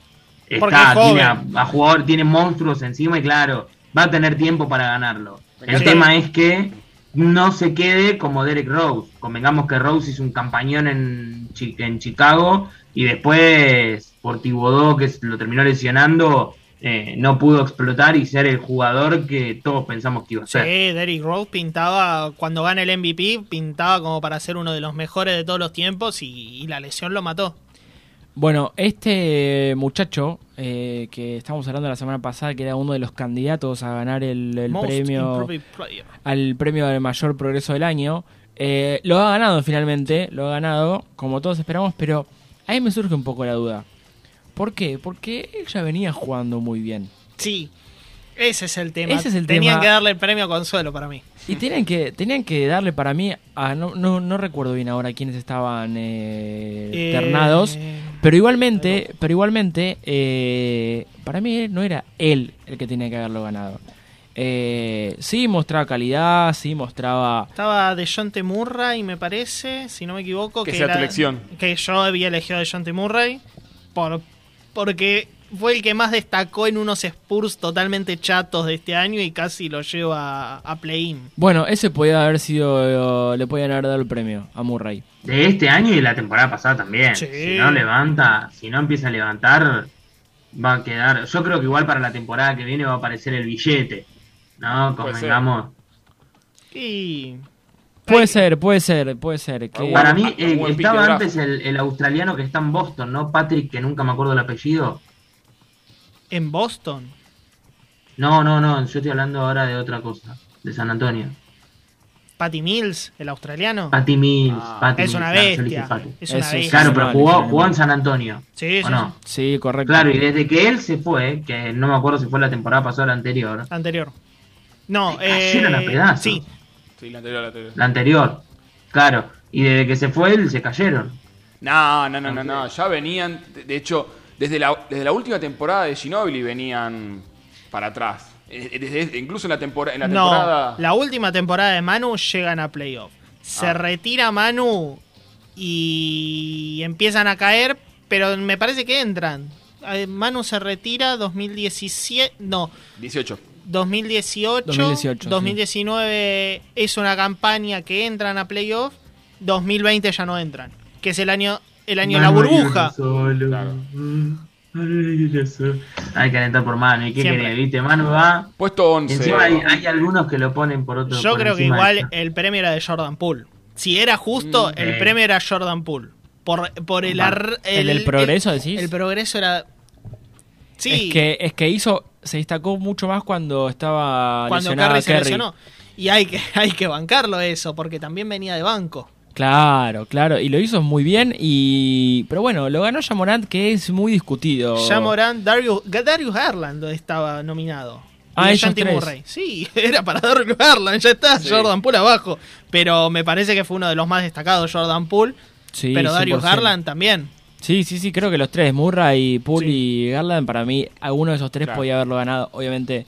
está,
Porque es joven.
tiene a, a jugador, tiene monstruos encima y claro, va a tener tiempo para ganarlo. El
Sí.
tema es que no se quede como Derek Rose. Convengamos que Rose hizo un campañón en, Chi- en Chicago y después por Tibodó, que lo terminó lesionando, eh, no pudo explotar y ser el jugador que todos pensamos que iba a
Sí,
ser.
Derrick Rose pintaba, cuando gana el MVP, pintaba como para ser uno de los mejores de todos los tiempos y, y la lesión lo mató.
Bueno, este muchacho eh, que estábamos hablando la semana pasada, que era uno de los candidatos a ganar el, el
Most
premio
Improved Player.
al premio de mayor progreso del año. Eh, lo ha ganado finalmente, lo ha ganado, como todos esperamos, pero ahí me surge un poco la duda. ¿Por qué? Porque él ya venía jugando muy bien.
Sí, ese es el tema.
Ese es el
Tenían
tema.
que darle el premio a Consuelo para mí.
Y tenían que, tenían que darle para mí, a, no, no, no recuerdo bien ahora quiénes estaban eh,
Eh,
ternados, pero igualmente, pero igualmente eh, para mí no era él el que tenía que haberlo ganado. Eh, sí mostraba calidad, sí mostraba...
Estaba de John Murray, me parece, si no me equivoco.
Que sea tu
era-
elección.
Que yo había elegido de John Murray por, porque fue el que más destacó en unos Spurs totalmente chatos de este año y casi lo lleva a, a play-in.
Bueno, ese podía haber sido, eh, le podían haber dado el premio a Murray.
de este año y la temporada pasada también.
Sí.
Si no levanta, si no empieza a levantar, va a quedar. Yo creo que igual para la temporada que viene va a aparecer el billete. No,
Puede
convengamos.
Y
Puede ser, puede ser, puede ser. que-
Para
Bueno,
mí,
un
eh,
buen pick de
estaba
draft.
antes el, el australiano que está en Boston, ¿no? Patrick, que nunca me acuerdo el apellido.
en Boston.
No, no, no, yo estoy hablando ahora de otra cosa, de San Antonio.
Patty Mills, el australiano.
Patty Mills, Patty
Ah. es una
Mills, claro, yo le dije
bestia.
Patty.
Es una
Eso es
bestia.
Claro, pero
Vale,
jugó,
claro.
jugó en San Antonio.
Sí,
¿o
sí,
no?
Sí, correcto.
Claro, y desde que él se fue, que no me acuerdo si fue la temporada pasada o la anterior,
Anterior. No,
cayeron a
eh,
pedazos.
sí,
Sí, la anterior, la anterior.
la anterior, claro, y desde que se fue él se cayeron.
Ah,
Ah, No, no, no, no, no. Ya venían, de- de hecho, desde la, desde la última temporada de Ginobili venían para atrás. Eh, desde- incluso en la, tempora- en la temporada.
No, la última temporada de Manu llegan a playoff. Se
Ah.
retira Manu y empiezan a caer, pero me parece que entran. Eh, Manu se retira 2017, no,
18.
2018,
2018, sí.
2019 es una campaña que entran a playoff, 2020 ya no entran, que es el año el año de la
Manu
burbuja.
era solo. Manu era solo. Hay que alentar por mano. ¿Y qué
Siempre.
querés? ¿Viste? Manu va.
Puesto
y
11.
Encima hay, hay algunos que lo ponen por otro.
Yo
por
creo que
encima de
igual el premio era de Jordan Poole. Si era justo,
Mm.
el
eh.
premio era Jordan Poole. Por, por el, ar-
¿El del progreso, decís?
El progreso era. Sí,
Es que, es que hizo, se destacó mucho más cuando estaba
cuando
lesionado
Curry se
Curry.
lesionó. Y hay que, *laughs* hay que bancarlo eso, porque también venía de banco.
Claro, claro, y lo hizo muy bien y pero bueno, lo ganó Yamorant que es muy discutido.
Ya Morán, Darius, Darius Garland estaba nominado.
Ah,
Y
ellos
Santi
tres.
Murray. Sí, *laughs* era para Darius Garland, ya está,
Sí.
Jordan Poole abajo. Pero me parece que fue uno de los más destacados, Jordan Poole.
Sí,
pero Darius
100%.
Garland también.
Sí, sí, sí, creo que los tres, Murray, Poole y Garland, para mí alguno de esos tres
Claro.
podía haberlo ganado, obviamente.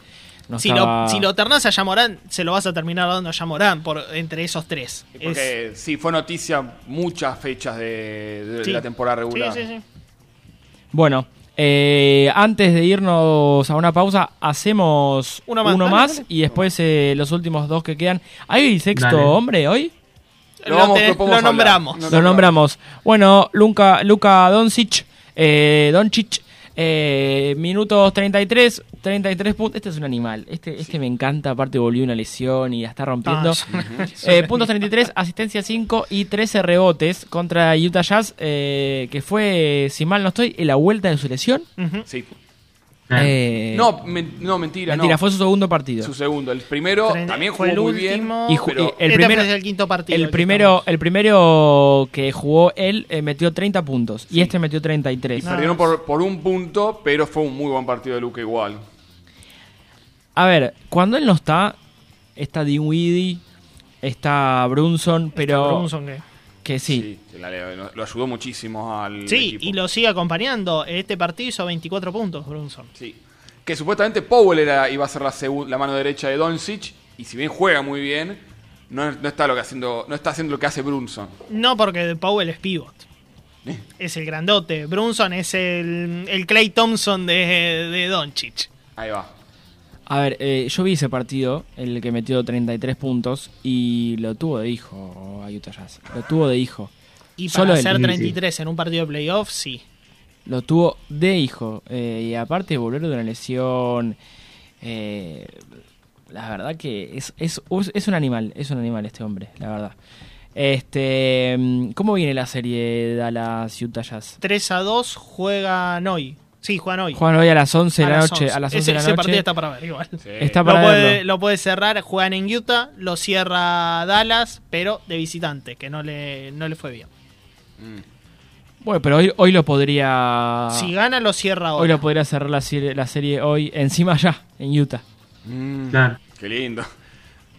No
Si,
estaba-
lo, si lo alternás a Yamorán, se lo vas a terminar dando a Yamorán por, entre esos tres. Es-
Porque eh, sí, fue noticia muchas fechas de, de
Sí.
la temporada regular.
Sí, sí, sí.
Bueno, eh,
Ah,
antes de irnos a una pausa, hacemos
Uno más, dale, dale.
y después eh, los últimos dos que quedan. ¿Hay sexto
Dale.
hombre hoy?
Lo,
Lo,
vamos-
tenés-
lo podemos
lo
hablar.
nombramos.
No,
Lo nombramos. Bueno, Luca, Luca Doncic, eh, Doncic, eh, minutos 33, 33 puntos. Este es un animal. Este, este me encanta, aparte volvió una lesión y la está rompiendo.
Ah, es una- es
Eh,
una-
puntos 33, asistencia 5 y 13 rebotes contra Utah Jazz, eh, que fue, si mal no estoy, en la vuelta de su lesión.
Ujú.
Sí.
ella. Eh,
Eh,
No, men- no, mentira.
mentira,
no.
fue su segundo partido.
su segundo. El primero
Tre-
también
fue
jugó
el
muy
último.
bien.
Y ju-
pero
y el
Este
primero-
fue el quinto partido.
El
que
primero,
estamos.
el primero que jugó él eh, metió 30 puntos y este metió 33.
perdieron por, por un punto, pero fue un muy buen partido de Luca igual.
A ver, cuando él no está, está Dinwiddie, está Brunson, pero
Brunson, que-
que sí.
Sí, la- lo, lo ayudó muchísimo al
Sí,
equipo.
y lo sigue acompañando. Este partido hizo 24 puntos, Brunson.
Sí. Que supuestamente Powell era, iba a ser la, segu- la mano derecha de Doncic y si bien juega muy bien, no, no está lo que haciendo, no está haciendo lo que hace Brunson.
No porque Powell es pivot. Es el grandote. Brunson es el, el Clay Thompson de, de Doncic.
Ahí va.
A ver, eh, yo vi ese partido, el que metió 33 puntos y lo tuvo de hijo a Utah Jazz. Lo tuvo de hijo.
Y para
Solo él.
hacer
Sí, sí.
33 en un partido de playoff, sí.
Lo tuvo de hijo. eh, y aparte de volver de una lesión. eh, la verdad que es, es, es un animal, es un animal este hombre, la verdad. Este, mm, ¿Cómo viene la serie Dallas Utah Jazz?
3 a 2 juegan hoy. Sí, juegan hoy.
Juegan hoy a las 11 de
A
la
las
noche.
11.
A las
Ese-
11 de la
ese
noche.
partido está para ver, igual.
Está
Lo
para
puede,
verlo.
lo puede cerrar, juegan en Utah, lo cierra Dallas, pero de visitante, que no le, no le fue bien.
Bueno, pero hoy, hoy lo podría.
Si gana, lo cierra
hoy
ahora.
lo podría cerrar la, serie- la serie hoy, encima ya, en Utah.
claro.
Qué lindo.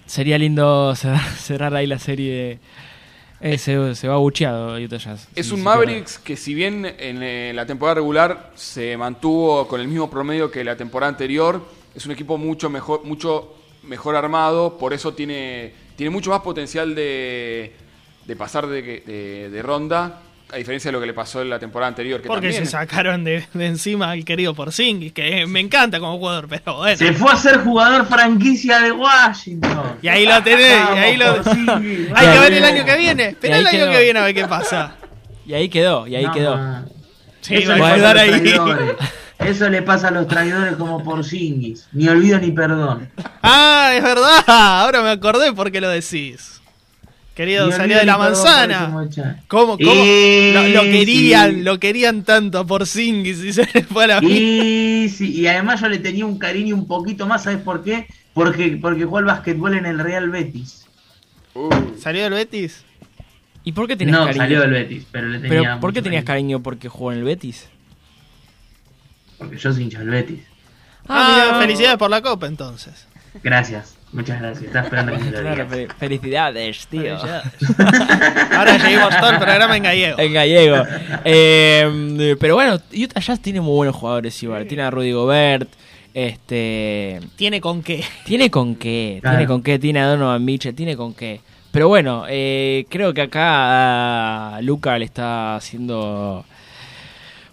Sería lindo cerrar, cerrar ahí la serie. Eh, se, se va abucheado Utah Jazz.
Es
Sí,
un
sí,
Mavericks que si bien en eh, la temporada regular se mantuvo con el mismo promedio que la temporada anterior, es un equipo mucho mejor, mucho mejor armado, por eso tiene, tiene mucho más potencial de, de pasar de, que- de- de ronda, a diferencia de lo que le pasó en la temporada anterior. Que
Porque
también-
se sacaron de, de encima al querido Porzingis, que me encanta como jugador, pero bueno.
Se fue a ser jugador franquicia de Washington.
Y ahí lo tenés, y ahí lo...
Vamos, Porzingis,
*laughs* Hay que
vamos.
ver el año que viene,
Y
espera
ahí
el año
quedó.
que viene a ver qué pasa.
Y ahí quedó, y ahí
No,
quedó.
ma.
Sí,
Eso
va
le
a
pasa
quedar
los
ahí.
traidores. Eso le pasa a los traidores como Porzingis. Ni olvido ni perdón.
Ah, es verdad, ahora me acordé por qué lo decís. Querido,
Ni
salió
olvido
de la
ni perdón por ese
manzana.
muchacho.
¿Cómo, cómo?
Y
Lo, lo querían,
sí.
lo querían tanto por Porzingis y se le fue a la mierda.
Y, sí, y además yo le tenía un cariño un poquito más, ¿sabes por qué? Porque, porque jugó al básquetbol en el Real Betis.
¿Salió del Betis?
¿Y por qué tenías
No,
cariño?
salió del Betis, pero le tenía
Pero, ¿por qué
mucho
tenías cariño? ¿Porque jugó en el Betis?
Porque yo soy hincha del Betis.
Ah,
mirá.
felicidades por la copa entonces.
Gracias, muchas gracias. Estaba esperando que me lo
Claro,
digas.
fe- felicidades, tío.
*laughs* Ahora seguimos todo el programa en gallego.
En gallego. Eh, pero bueno, Utah Jazz tiene muy buenos jugadores igual. Tiene a Rudy Gobert. Este.
¿Tiene con qué?
Tiene con qué.
Claro.
Tiene con qué. Tiene a Donovan Mitchell. Tiene con qué. Pero bueno, eh, creo que acá a Luca le está haciendo.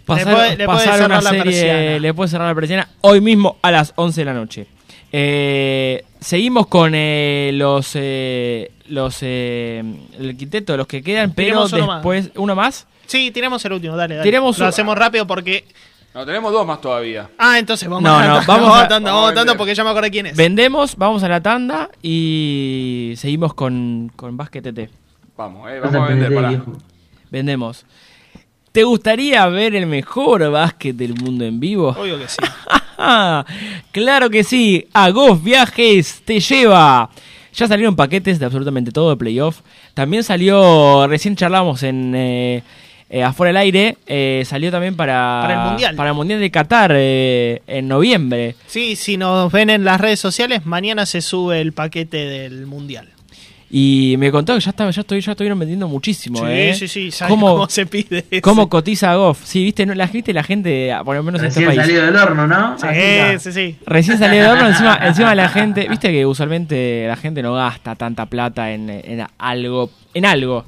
Pasar,
Le puede- le puede
pasar una
cerrar la persiana.
serie, le puede cerrar la persiana hoy mismo a las 11 de la noche. Eh, seguimos con eh, los eh, los eh, el quinteto, los que quedan, pero
Tiremos uno más.
después uno más.
Sí, tiremos el último, dale, dale.
Tiremos
Lo
un-
hacemos rápido porque.
No, tenemos dos más todavía.
Ah, entonces vamos
No, no,
votando,
*laughs* vamos a-
votando, vamos votando porque ya me acordé quién es.
Vendemos, vamos a la tanda y seguimos con con Basket TT.
Vamos, eh,
Vas
vamos
a
a vender.
perder,
pará.
viejo. Vendemos. ¿Te gustaría ver el mejor básquet del mundo en vivo?
Obvio que sí.
Ah, *laughs* claro que sí, Agos Viajes te lleva. Ya salieron paquetes de absolutamente todo de playoff. También salió, recién charlamos en eh, eh, afuera del aire, eh, salió también para,
Para el Mundial.
para el Mundial de Qatar eh, en noviembre.
Sí, si nos ven en las redes sociales, mañana se sube el paquete del mundial.
Y me contó que ya, estaba, ya, estoy, ya estuvieron vendiendo muchísimo.
Sí,
eh.
sí, sí, ¿sabes
¿Cómo,
cómo, se pide? eso?
cómo cotiza Goff? Sí, viste, no, la, viste la gente, ah, por lo menos en este
Recién
país.
salido del horno, ¿no?
Sí,
Así está.
sí, sí.
Recién salió de horno, encima, encima la gente, viste que usualmente la gente no gasta tanta plata en, en algo, en algo.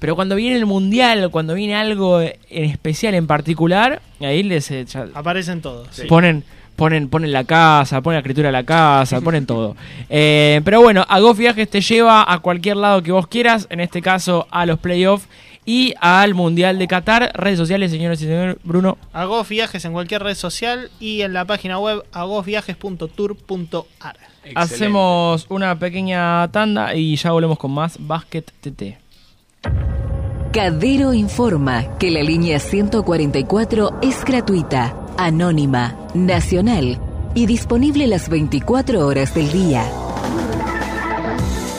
Pero cuando viene el mundial, cuando viene algo en especial, en particular, ahí les eh, ya
Aparecen todos. sí.
ponen, ponen, ponen la casa, ponen la escritura de la casa, ponen todo. Eh, pero bueno, a Goff Viajes te lleva a cualquier lado que vos quieras, en este caso a los playoffs y al mundial de Qatar. Redes sociales, señores y señores, Bruno.
Agos Viajes en cualquier red social y en la página web agosviajes.tour.ar.
Hacemos una pequeña tanda y ya volvemos con más Basket TT.
Cadero informa que la línea 144 es gratuita, anónima, nacional y disponible las 24 horas del día.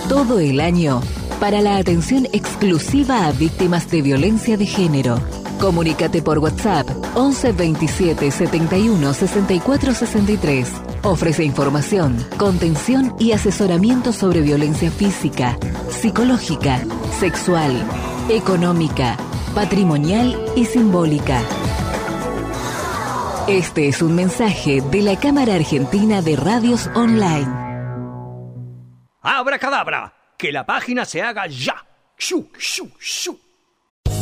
Todo el año para la atención exclusiva a víctimas de violencia de género. Comunícate por WhatsApp 11 27 71 64 63. Ofrece información, contención y asesoramiento sobre violencia física, psicológica, sexual, económica, patrimonial y simbólica. Este es un mensaje de la Cámara Argentina de Radios Online.
¡Abra cadabra! ¡Que la página se haga ya! ¡Shu, shu, shu!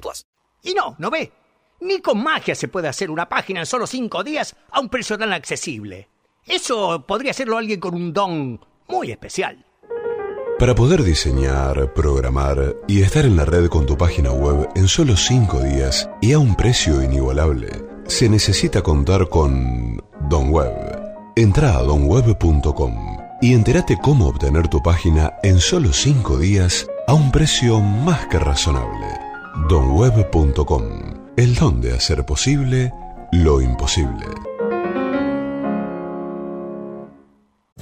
plus.
Y no, ¿no ve? Ni con magia se puede hacer una página en solo cinco días a un precio tan accesible. Eso podría hacerlo alguien con un don muy especial.
Para poder diseñar, programar y estar en la red con tu página web en solo 5 días y a un precio inigualable, se necesita contar con Don Web. Entra a donweb.com y entérate cómo obtener tu página en solo 5 días a un precio más que razonable. donweb.com, el don de hacer posible lo imposible.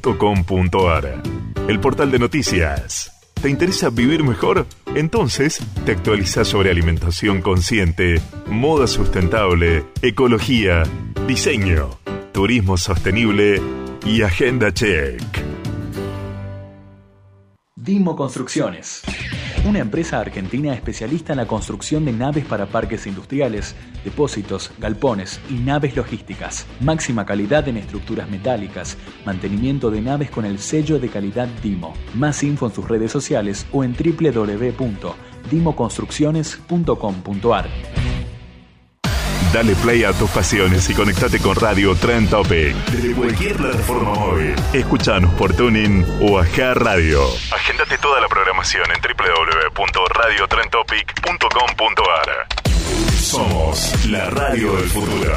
Ciudadsustentable.com.ar El portal de noticias. ¿Te interesa vivir mejor? Entonces, te actualizas sobre alimentación consciente, moda sustentable, ecología, diseño, turismo sostenible y agenda check.
Dimo Construcciones. Una empresa argentina especialista en la construcción de naves para parques industriales, depósitos, galpones y naves logísticas. Máxima calidad en estructuras metálicas. Mantenimiento de naves con el sello de calidad Dimo. Más info en sus redes sociales o en www.dimoconstrucciones.com.ar.
Dale play a tus pasiones y conectate con Radio Tren Topic. Desde cualquier plataforma móvil. Escuchanos por Tuning o Aja Radio. Agéndate toda la programación en www.radiotrentopic.com.ar. Somos la radio del futuro.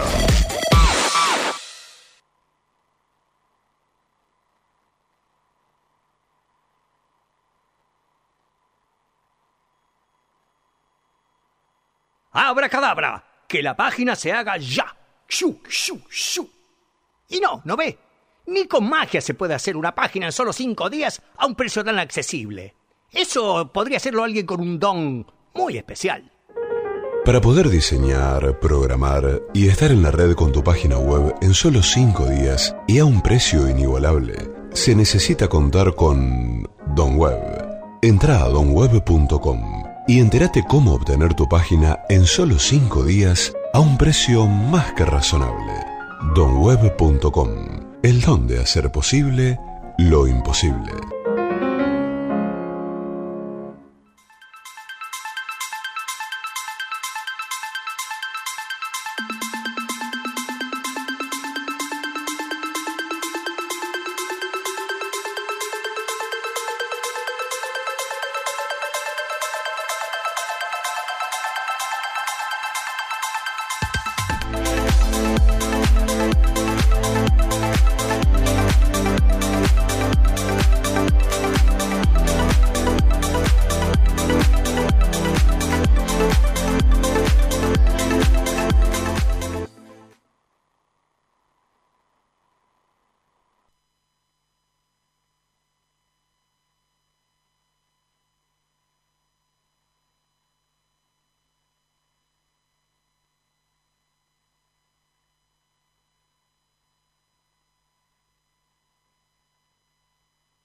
¡Abra cadabra! Que la página se haga ya. ¡Shu, shu, shu! Y no, no ve. Ni con magia se puede hacer una página en solo cinco días a un precio tan accesible. Eso podría hacerlo alguien con un don muy especial.
Para poder diseñar, programar y estar en la red con tu página web en solo 5 días y a un precio inigualable, se necesita contar con Don Web. Entra a donweb.com y entérate cómo obtener tu página en solo 5 días a un precio más que razonable. donweb.com, el don de hacer posible lo imposible.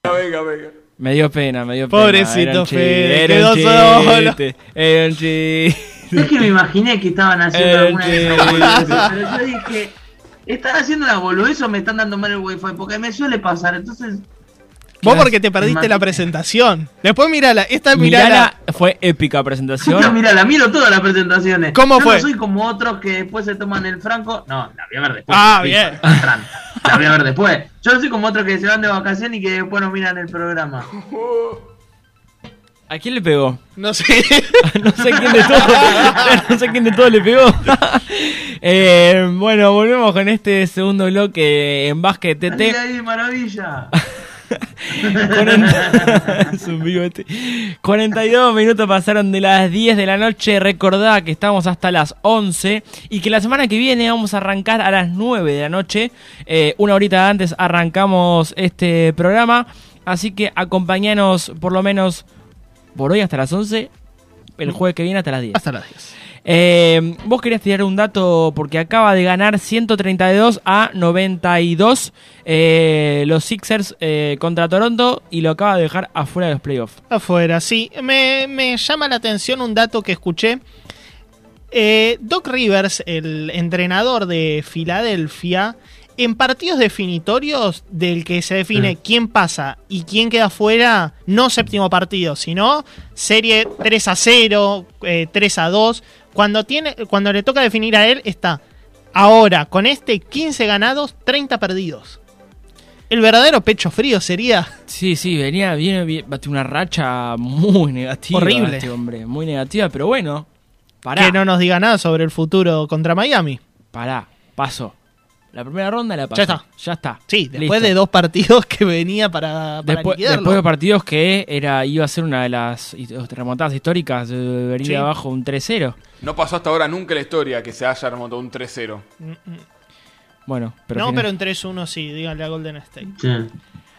Venga, venga.
Me dio pena, me dio pena. Era
Pobrecito
un
Fede,
chiste, era
quedó
un
solo.
chiste, Era un chiste.
Es que me imaginé que estaban haciendo
Eh,
alguna de esas
sí.
boludeces, pero yo dije, ¿están haciendo una boludez o me están dando mal el wifi? Porque me suele pasar, entonces...
Vos porque te perdiste la presentación. Después mirala, esta mirala.
Mirala, fue épica
Yo,
presentación.
mira, la miro todas las presentaciones.
¿Cómo
Yo
fue?
No soy como otros que después se toman el franco. No, la voy a ver después.
Ah,
Sí,
bien.
la tran- La voy a ver después. Yo no soy como otros que se van de vacaciones y que después no miran el programa.
¿A quién le pegó?
No sé.
*laughs* no sé quién de
*laughs*
todos. no sé quién de todos le pegó. *laughs* Eh, bueno, volvemos con este segundo bloque en básquet TT.
Salí de ahí, maravilla.
*laughs*
40 es un vivo este. 42 minutos pasaron de las 10 de la noche. Recordá que estamos hasta las 11 y que la semana que viene vamos a arrancar a las 9 de la noche. Eh, una horita antes arrancamos este programa. Así que acompañanos por lo menos por hoy hasta las 11. El jueves que viene hasta las 10.
Hasta las 10.
Eh, vos querías tirar un dato porque acaba de ganar 132 a 92 eh, los Sixers eh, contra Toronto y lo acaba de dejar afuera de los playoffs.
Afuera, sí. Me, me llama la atención un dato que escuché. Eh, Doc Rivers, el entrenador de Filadelfia, en partidos definitorios del que se define
Mm.
quién pasa y quién queda fuera, no séptimo partido, sino serie 3 a 0, eh, 3 a 2. Cuando, tiene, cuando le toca definir a él, está Ahora, con este 15 ganados, 30 perdidos. El verdadero pecho frío sería.
Sí, sí, venía, viene, vi- bate una racha muy negativa.
Horrible.
Este hombre, muy negativa, pero bueno. Pará,
Que no nos diga nada sobre el futuro contra Miami.
pará, pasó. La primera ronda la pasó.
Ya está.
Ya está.
Sí, después
Listo.
de dos partidos que venía para, para
Después,
liquidarlo.
después de partidos que era iba a ser una de las hi- remontadas históricas, eh, venir
Sí.
de abajo un 3-0.
No pasó hasta ahora nunca en la historia que se haya remontado un 3-0.
Bueno, pero
no,
final-
pero en 3-1 sí, díganle a Golden State.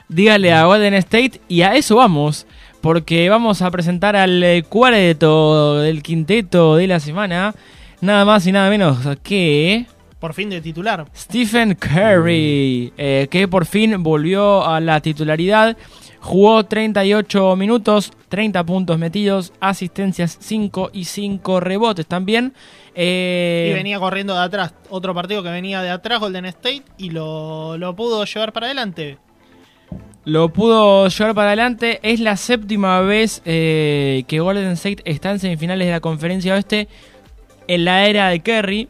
dígale a Golden State y a eso vamos, porque vamos a presentar al eh, cuarteto del quinteto de la semana, nada más y nada menos que
Por fin de titular.
Stephen Curry, eh, que por fin volvió a la titularidad. Jugó 38 minutos, 30 puntos metidos, asistencias 5 y 5 rebotes también. Eh,
y venía corriendo de atrás. Otro partido que venía de atrás, Golden State, y lo, lo pudo llevar para adelante.
Lo pudo llevar para adelante. Es la séptima vez eh, que Golden State está en semifinales de la conferencia oeste en la era de Kerry.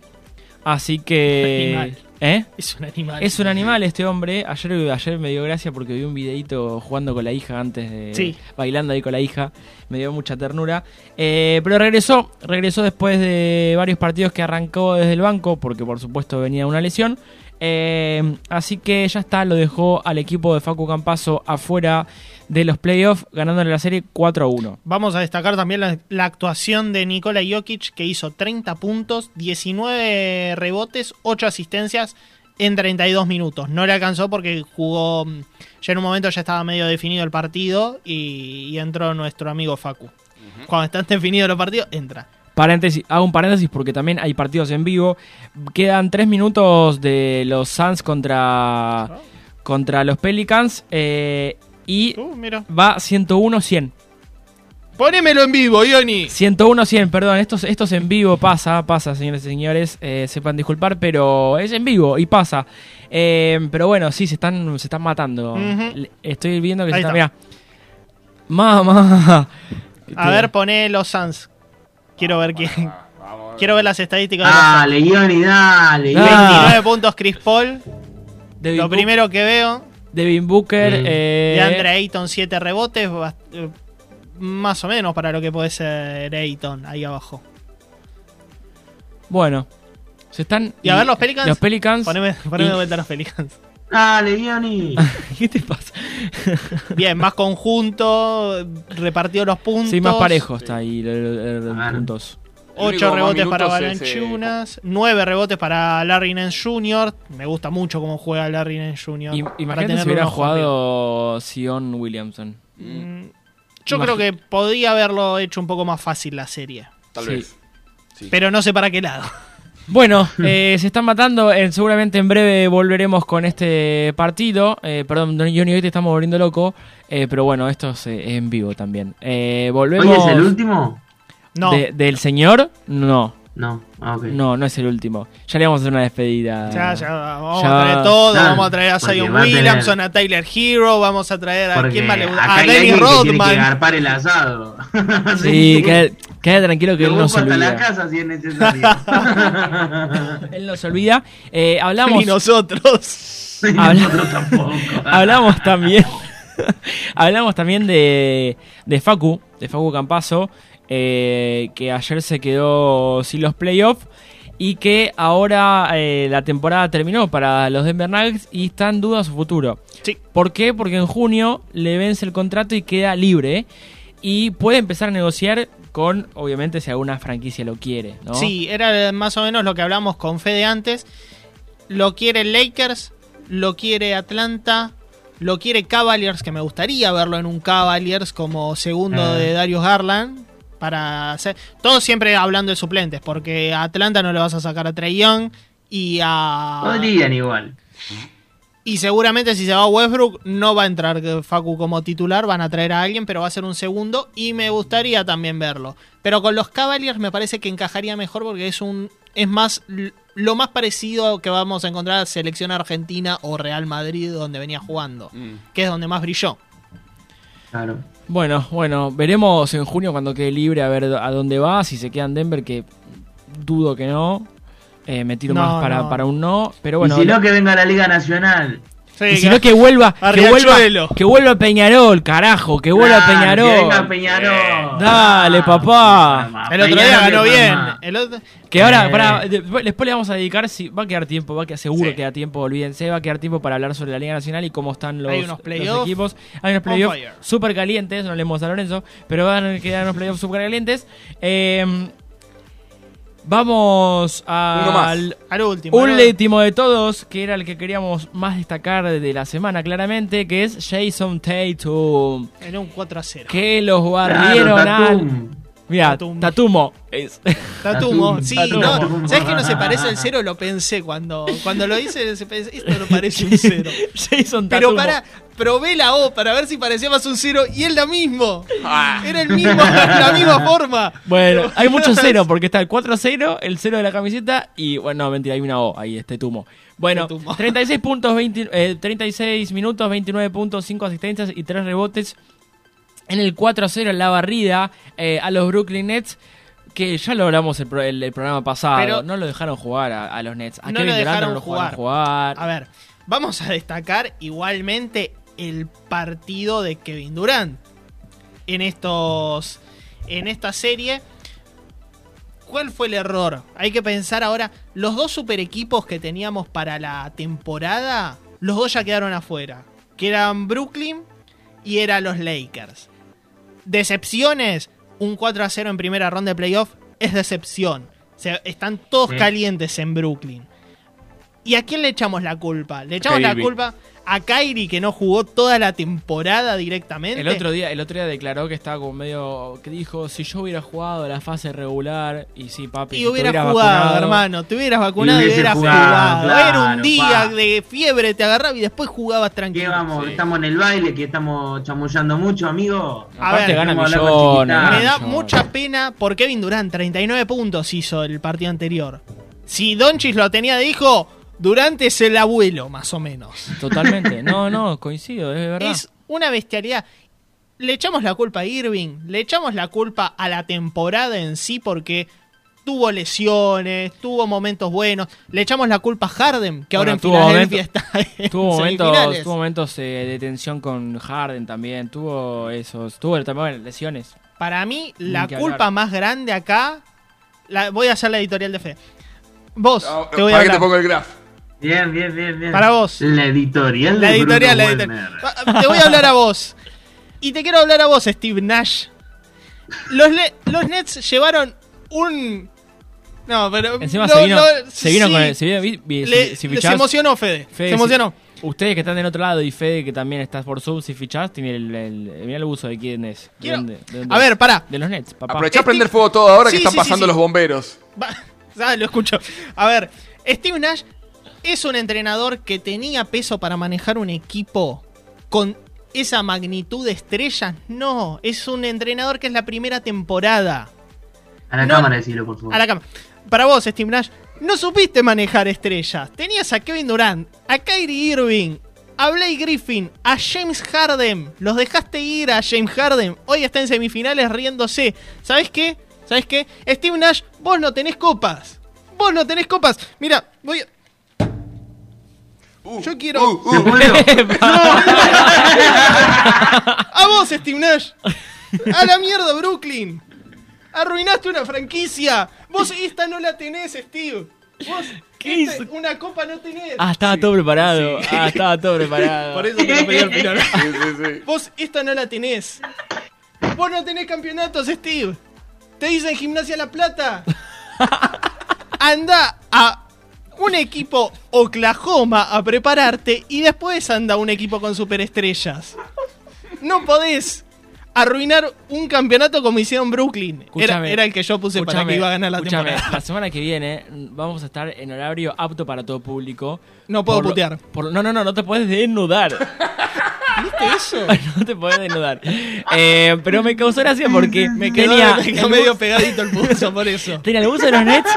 Así que.
Animal.
¿Eh?
Es un animal.
Es un animal este hombre. Ayer, ayer me dio gracia porque vi un videito jugando con la hija antes de.
Sí.
Bailando ahí con la hija. Me dio mucha ternura. Eh, pero regresó. Regresó después de varios partidos que arrancó desde el banco. Porque por supuesto venía una lesión. Eh, así que ya está. Lo dejó al equipo de Facu Campaso afuera de los playoffs. Ganándole la serie 4 a 1.
Vamos a destacar también la, la actuación de Nikola Jokic, que hizo 30 puntos, 19 rebotes, 8 asistencias en 32 minutos. No le alcanzó porque jugó. mm, Ya en un momento ya estaba medio definido el partido y, y entró nuestro amigo Facu. Cuando están *laughs* definidos los partidos, entra.
Paréntesis, hago un paréntesis porque también hay partidos en vivo. Quedan tres minutos de los Suns contra, contra los Pelicans. eh, y
Uh, mira.
va 101-100.
Ponémelo en vivo, Ioni.
101-100, perdón. Esto, es- esto es en vivo, pasa, pasa, señores y señores. eh, sepan disculpar, pero es en vivo y pasa. Eh, pero bueno, sí, se están, se están matando.
Ujú.
Le- Estoy viendo que
Ahí
se están.
está.
mirá. Mamá.
A ver, poné los Suns. Quiero ver quién. Quiero ver las estadísticas. de los Suns.
Dale, Ioni, dale.
29 puntos Chris Paul.
Devin
Lo
Book-
primero que veo.
Devin Booker. eh,
De Andre Ayton, 7 rebotes. bast- eh, Más o menos para lo que puede ser Ayton ahí abajo.
Bueno, se están.
Y a ver los Pelicans.
Los Pelicans.
Poneme, poneme
y-
de vuelta los Pelicans.
Dale, Ioni.
¿Qué te pasa?
Bien, más conjunto. Repartido los puntos.
Sí, más parejo está ahí. el- el- el- Puntos.
El
8
único con más
rebotes para
minutos es, eh,
Balanchunas, 9 rebotes para Larry Nance Jr. Me gusta mucho cómo juega Larry Nance Jr.
Y-
para
Imagínate
tenerlo
si hubiera
en los
jugado Sion Williamson.
Mm, Yo
Imagi-
creo que podía haberlo hecho un poco más fácil la serie.
Tal Sí. vez.
Pero no sé para qué lado.
Bueno, eh, se están matando. eh, seguramente en breve volveremos con este partido. Eh, perdón, Johnny, hoy te estamos volviendo loco. eh, pero bueno, esto es eh, en vivo también. Eh,
¿Hoy
volvemos.
es el último?
No.
de- ¿Del señor? No.
No, Ah,
No, no es el último. Ya le vamos a hacer una despedida.
Ya, ya, vamos
Ya.
a traer todo.
Ah,
vamos a traer a
porque
Zion
va a tener-
Williamson, a Tyler Hero. Vamos a traer a.
Porque
¿Quién más le gusta?
acá
A
hay alguien
Dennis
que tiene que
Rodman.
garpar el asado.
Sí, queda, queda tranquilo que
Lo
él no
busco
se
hasta la
olvida.
casa si es necesario.
Él no se olvida. Eh, hablamos.
*laughs*
Ni nosotros.
Habla- *laughs* hablamos también. hablamos también de, de Facu, de Facu Campaso, que ayer se quedó sin los playoffs. Y que ahora eh, la temporada terminó para los Denver Nuggets y está en duda su futuro.
Sí.
¿Por qué? Porque en junio le vence el contrato y queda libre. Y puede empezar a negociar con, obviamente, si alguna franquicia lo quiere. ¿no?
Sí, era más o menos lo que hablamos con Fede antes. Lo quiere Lakers, lo quiere Atlanta, lo quiere Cavaliers, que me gustaría verlo en un Cavaliers como segundo
Ah.
de Darius Garland. Para hacer. Todos siempre hablando de suplentes, porque a Atlanta no le vas a sacar a Trey Young y a.
Podrían igual.
Y seguramente si se va Westbrook no va a entrar eh, Facu como titular, van a traer a alguien, pero va a ser un segundo y me gustaría también verlo. Pero con los Cavaliers me parece que encajaría mejor porque es un es más l- lo más parecido que vamos a encontrar a selección argentina o Real Madrid donde venía jugando,
Mm.
que es donde más brilló.
Claro.
Bueno, bueno, veremos en junio cuando quede libre a ver a dónde va, si se queda en Denver, que dudo que no. eh, me tiro
No,
más para,
no.
para un no. Pero bueno,
y si no, que venga a la Liga Nacional.
y si no, que vuelva,
a
que vuelva,
Riachuelo.
que vuelva Peñarol, carajo, que vuelva
Claro, que
Peñarol.
venga Peñarol.
Dale, papá.
El otro día ganó bien. El otro-
Que ahora,
Eh.
pará, de- después le vamos a dedicar, si va a quedar tiempo, va a quedar, seguro que da tiempo, olvídense, va a quedar tiempo para hablar sobre la Liga Nacional y cómo están los,
Hay unos
los
playoff
equipos. Hay unos
on
playoffs
fire.
súper calientes, no leemos a Lorenzo, pero van a quedar unos playoffs súper calientes. Eh, vamos
Uno más.
al,
Al último,
un
¿no?
último de todos, que era el que queríamos más destacar de la semana claramente, que es Jason Tatum,
Era un 4 a 0.
que los barrieron al...
Tatum.
Mira,
Tatum.
Tatumo. Es. *laughs*
Tatumo, sí,
Tatumo.
no. ¿Sabes que no se parece el cero? Lo pensé cuando, cuando lo hice. se pensé, Esto no parece un cero.
Jason
Pero
Tatumo.
para, probé la O para ver si parecía más un cero y es la mismo. Era el mismo, la misma forma.
Bueno, hay muchos
*laughs*
cero, porque está el 4-0, el cero de la camiseta y, bueno, no, mentira, hay una O ahí, este tumo. Bueno, 36, puntos, 20 eh, 36 minutos, 29 puntos, 5 asistencias y 3 rebotes. En el 4-0, en la barrida eh, a los Brooklyn Nets, que ya lo hablamos el, pro- el- el programa pasado.
Pero-
no lo dejaron jugar a, a los Nets. A
No
Kevin
lo
Durant
dejaron
no lo
jugar.
jugaron jugar.
A ver, vamos a destacar igualmente el partido de Kevin Durant en estos en esta serie. ¿Cuál fue el error? Hay que pensar ahora, los dos super equipos que teníamos para la temporada, los dos ya quedaron afuera, que eran Brooklyn y eran los Lakers. Decepciones, un 4 a 0 en primera ronda de playoff es decepción. O sea, están todos
Sí.
calientes en Brooklyn. ¿Y a quién le echamos la culpa? Le echamos
Kyrie
la
Irving.
culpa a Kyrie que no jugó toda la temporada directamente.
El otro día, el otro día declaró que estaba como medio que dijo si yo hubiera jugado la fase regular y sí papi
Y
si te
hubiera
hubieras
jugado,
vacunado,
hermano. Te hubieras vacunado y
hubiese
hubieras
jugado,
jugado. Era un
claro,
día
pa.
de fiebre, te agarraba y después jugabas tranquilo.
Vamos, Estamos en el baile, que estamos chamullando mucho, amigo.
A ver,
ganan
Vamos a hablar con
millones,
Chiquitán.
ganan
Me da mucha pena por Kevin Durant. 39 puntos hizo el partido anterior. Si Donchis lo tenía de hijo, Durant es el abuelo, más o menos.
Totalmente.
*laughs*
No, no, coincido, es verdad.
Es una bestialidad. Le echamos la culpa a Irving, le echamos la culpa a la temporada en sí porque tuvo lesiones, tuvo momentos buenos. Le echamos la culpa a Harden, que
Bueno,
ahora en
tuvo
Filadelfia
momento-
está en
Tuvo momentos,
semifinales.
tuvo momentos eh, de tensión con Harden también, tuvo esos, tuvo también lesiones.
Para mí,
Ni
la
que
culpa
hablar.
más grande acá. la- voy a hacer la editorial de fe. Vos,
Ah,
te voy a
para que te
hablar.
pongo el graf.
Bien, bien, bien, bien.
Para vos.
La editorial.
La
de Bruno
editorial, la
Werner.
editorial. Ah, Te voy a hablar a vos. Y te quiero hablar a vos, Steve Nash. Los, le- los Nets llevaron un. No, pero.
Encima
no,
se vino,
no,
se vino
sí.
con el- se vino- vi- vi-
Le-
si- si
le-
fichás-
se emocionó, Fede.
Fede,
se
si-
emocionó.
ustedes que están del otro lado y Fede que también estás por sub, si fichás, tiene el, el, mira el buzo de quién es. de
Quiero-
dónde- de dónde
A
es.
ver, pará.
De los Nets, papá.
Aprovechá a
Steve-
prender fuego todo ahora
Sí,
que están
sí, sí,
pasando
sí.
los bomberos.
Ah, lo escucho. A ver, Steve Nash es un entrenador que tenía peso para manejar un equipo con esa magnitud de estrellas. No, es un entrenador que es la primera temporada.
A la
No.
cámara decirlo, por favor.
A la cama. Para vos, Steve Nash, no supiste manejar estrellas. Tenías a Kevin Durant, a Kyrie Irving, a Blake Griffin, a James Harden. Los dejaste ir a James Harden. Hoy está en semifinales riéndose. ¿Sabes qué? ¿Sabes qué? Steve Nash, vos no tenés copas. Vos no tenés copas. Mira, voy a... Yo quiero...
Se
*laughs*
pudrió.
A vos, Steve Nash. A la mierda, Brooklyn. Arruinaste una franquicia. Vos esta no la tenés, Steve. Vos esta- una copa no tenés.
Ah, estaba todo preparado. Ah, estaba todo preparado.
Por eso te lo pedí al final.
Sí, sí, sí.
Vos esta no la tenés. Vos no tenés campeonatos, Steve. Te dicen Gimnasia La
*laughs*
Plata. Anda a un equipo Oklahoma a prepararte y después anda a un equipo con superestrellas. No podés arruinar un campeonato como hicieron Brooklyn. Era,
Escúchame,
era el que yo puse para
escúchame,
que iba a ganar la
escúchame,
temporada.
La semana que viene mm, vamos a estar en horario apto para todo público.
No puedo
Por lo-
putear.
por- no, no, no, no te puedes desnudar.
¿Viste eso?
*laughs* no te puedes desnudar. Eh, pero me causó gracia porque
Me quedó,
tenía,
me quedó
el
medio
buzo-
pegadito el pulso por eso.
*laughs* tenía el buzo de los Nets.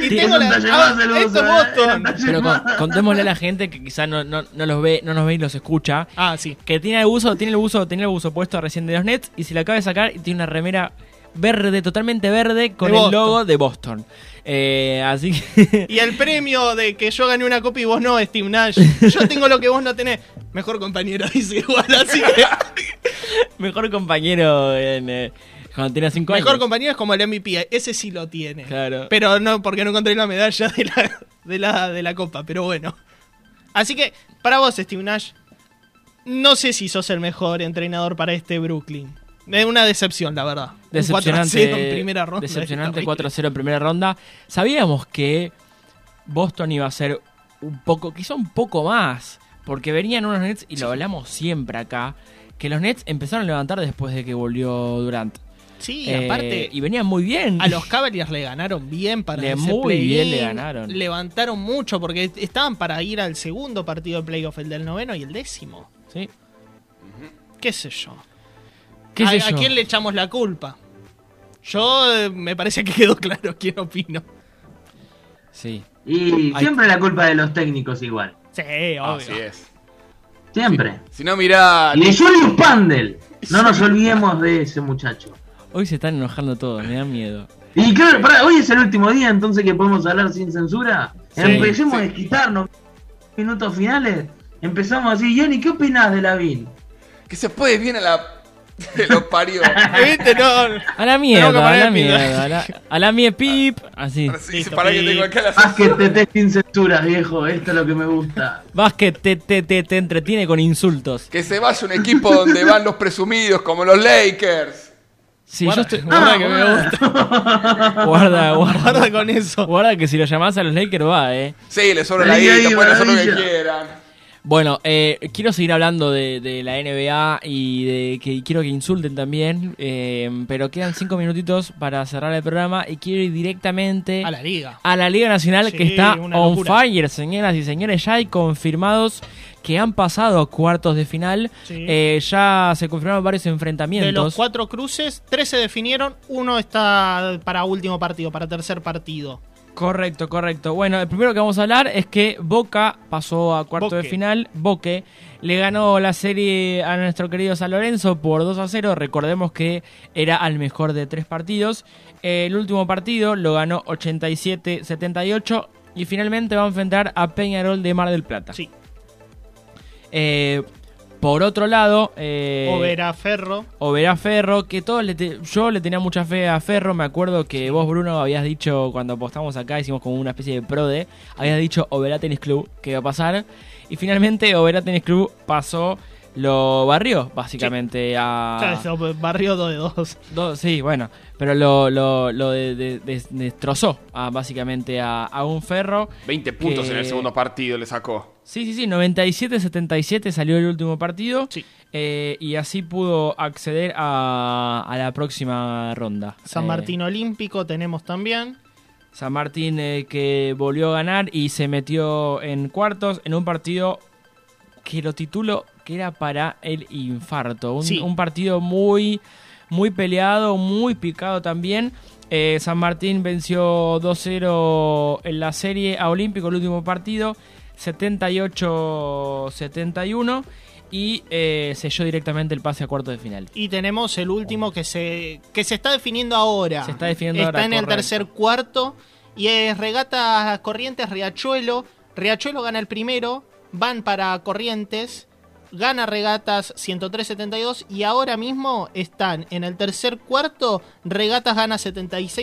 Y
Tiene-
tengo la... ah, esto es Boston.
Pero con- contémosle a la gente que quizás no, no, no los ve, no nos ve y los escucha.
Ah, sí.
Que tiene el buzo, tiene el buzo, tiene el buzo puesto recién de los Nets y se lo acaba de sacar y tiene una remera verde, totalmente verde, con
De
el
Boston.
logo de Boston. Eh, así que.
Y el premio de que yo gané una copia y vos no, Steve Nash. Yo tengo lo que vos no tenés. Mejor compañero, dice igual, así que.
mejor compañero en, eh, cuando tenía 5 años.
Mejor compañero es como el MVP, ese sí lo tiene.
Claro.
Pero no, porque no encontré la medalla de la, de la, de la copa, pero bueno. Así que, para vos, Steve Nash, no sé si sos el mejor entrenador para este Brooklyn. Es una decepción, la verdad. Un 4 a 0
Decepcionante.
en primera ronda.
Eh, Decepcionante 4-0 en primera ronda. Sabíamos que Boston iba a ser un poco, quizá un poco más, porque venían unos Nets, y lo hablamos siempre acá, que los Nets empezaron a levantar después de que volvió Durant.
Sí,
Eh,
aparte-
Y venían muy bien.
A los Cavaliers le ganaron bien para
Le-
ese
muy bien
play-in.
le ganaron.
Levantaron mucho porque estaban para ir al segundo partido de playoff, el del noveno y el décimo.
Sí.
¿Qué sé yo?
¿Qué
¿A,
sé
a
yo?
quién le echamos la culpa? Yo eh, me parece que quedó claro quién opino.
Sí.
Y
Ay.
siempre la culpa de los técnicos igual.
Sí, obvio.
Así es.
Siempre.
Si no, mirá.
Y de Julius Pandel. No nos olvidemos de ese muchacho.
Hoy se están enojando todos, me da miedo.
Y claro, pará, hoy es el último día entonces que podemos hablar sin censura.
Sí,
Empecemos a desquitarnos. Minutos finales. Empezamos así. Johnny, ¿qué opinás de Lavín?
Que se puede bien a la. Te lo parió.
¿Viste? No.
A la
Tengo que
mierda, a
poner
la
el pin.
mierda, a la, a la mie pip. Así.
Dice, pará que tengo acá la
Haz que te estés sin censura, viejo. Esto es lo que me gusta.
Básquet te, te, te, te entretiene con insultos.
Que se vaya un equipo donde van los presumidos, como los Lakers.
Sí,
Guarda-
yo estoy.
guarda que
Guarda, guarda.
con eso.
Guarda que si lo llamás a los Lakers va, eh.
Sí, le sobra la
Ahí, ahí,
guita, pueden hacer lo que
maravilla.
quieran.
Bueno, eh, quiero seguir hablando de, de la NBA y de que quiero que insulten también, eh, pero quedan cinco minutitos para cerrar el programa y quiero ir directamente
A la liga.
a la Liga Nacional Eh, que
Sí,
está on
una locura.
fire, señoras y señores. Ya hay confirmados que han pasado a cuartos de final.
Sí.
Eh, ya se confirmaron varios enfrentamientos.
De los cuatro cruces, tres se definieron, uno está para último partido, para tercer partido.
Correcto, correcto. Bueno, el primero que vamos a hablar es que Boca pasó a cuarto de
Boque.
final. Boque le ganó la serie a nuestro querido San Lorenzo por 2 a 0. Recordemos que era al mejor de tres partidos. El último partido lo ganó 87-78. Y finalmente va a enfrentar a Peñarol de Mar del Plata. Eh,
Sí.
por otro lado. eh,
Overa Ferro.
Oberá Ferro, que todos le te- yo le tenía mucha fe a Ferro, me acuerdo que vos Bruno habías dicho cuando apostamos acá, hicimos como una especie de pro de, habías dicho Oberá Tennis Club que iba a pasar y finalmente Oberá Tennis Club pasó, lo barrió básicamente a...
Ya, eso, Barrio 2 de 2.
Do- sí, bueno, pero lo, lo, lo de- de- de- destrozó a- básicamente a, a un Ferro.
20 puntos
que-
en el segundo partido le sacó.
Sí, sí, sí, 97-77 salió el último partido eh, y así pudo acceder a, a la próxima ronda.
San
Eh,
Martín Olímpico tenemos también.
San Martín eh, que volvió a ganar y se metió en cuartos en un partido que lo titulo que era para el infarto. Un,
Sí.
un partido muy, muy peleado, muy picado también. Eh, San Martín venció 2-0 en la serie a Olímpico, el último partido, 78-71 y eh, selló directamente el pase a cuartos de final.
Y tenemos el último que se, que se está definiendo ahora.
Se está definiendo
Está
ahora,
en el
correcto.
tercer cuarto. Y es Regatas Corrientes Riachuelo. Riachuelo gana el primero. Van para Corrientes. Gana Regatas 103-72. Y ahora mismo están en el tercer cuarto. Regatas gana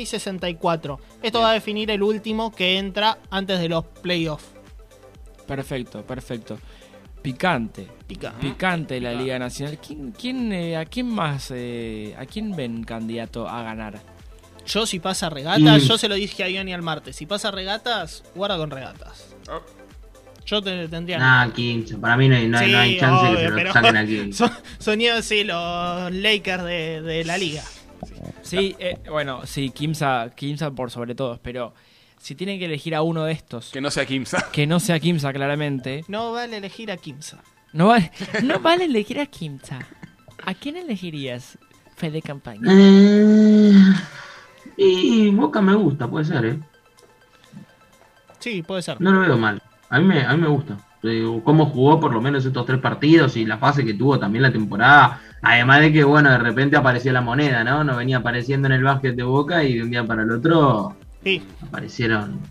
76-64. Esto va a definir el último que entra antes de los playoffs.
Perfecto, perfecto. Picante.
Picante.
Picante la Liga Nacional. ¿Quién, quién, eh, ¿A quién más? eh, ¿A quién ven candidato a ganar?
Yo si pasa regatas,
Mm.
yo se lo dije a Ioni el martes. Si pasa regatas, guarda con regatas. Yo te- tendría...
Nah, Ah, Quincho. Para mí no hay, no hay, no hay
Sí,
chance
obvio,
que se lo
pero-
saquen
*laughs*
a Quincho.
Son, sonían, sí, los Lakers de, de la liga.
Sí, eh, bueno, sí, Kimsa, Kimsa por sobre todos, pero si tienen que elegir a uno de estos.
Que no sea Kimsa.
Que no sea Kimsa, claramente.
No vale elegir a Kimsa.
No vale, *laughs* no vale elegir a Kimsa. ¿A quién elegirías? Fede Campaña.
Eh, y Boca me gusta, puede ser, ¿eh?
Sí, puede ser.
No lo veo mal. A mí me, a mí me gusta. eh, cómo jugó por lo menos estos tres partidos y la fase que tuvo también la temporada. Además de que, bueno, de repente apareció la moneda, ¿no? No venía apareciendo en el básquet de Boca y de un día para el otro
Sí.
aparecieron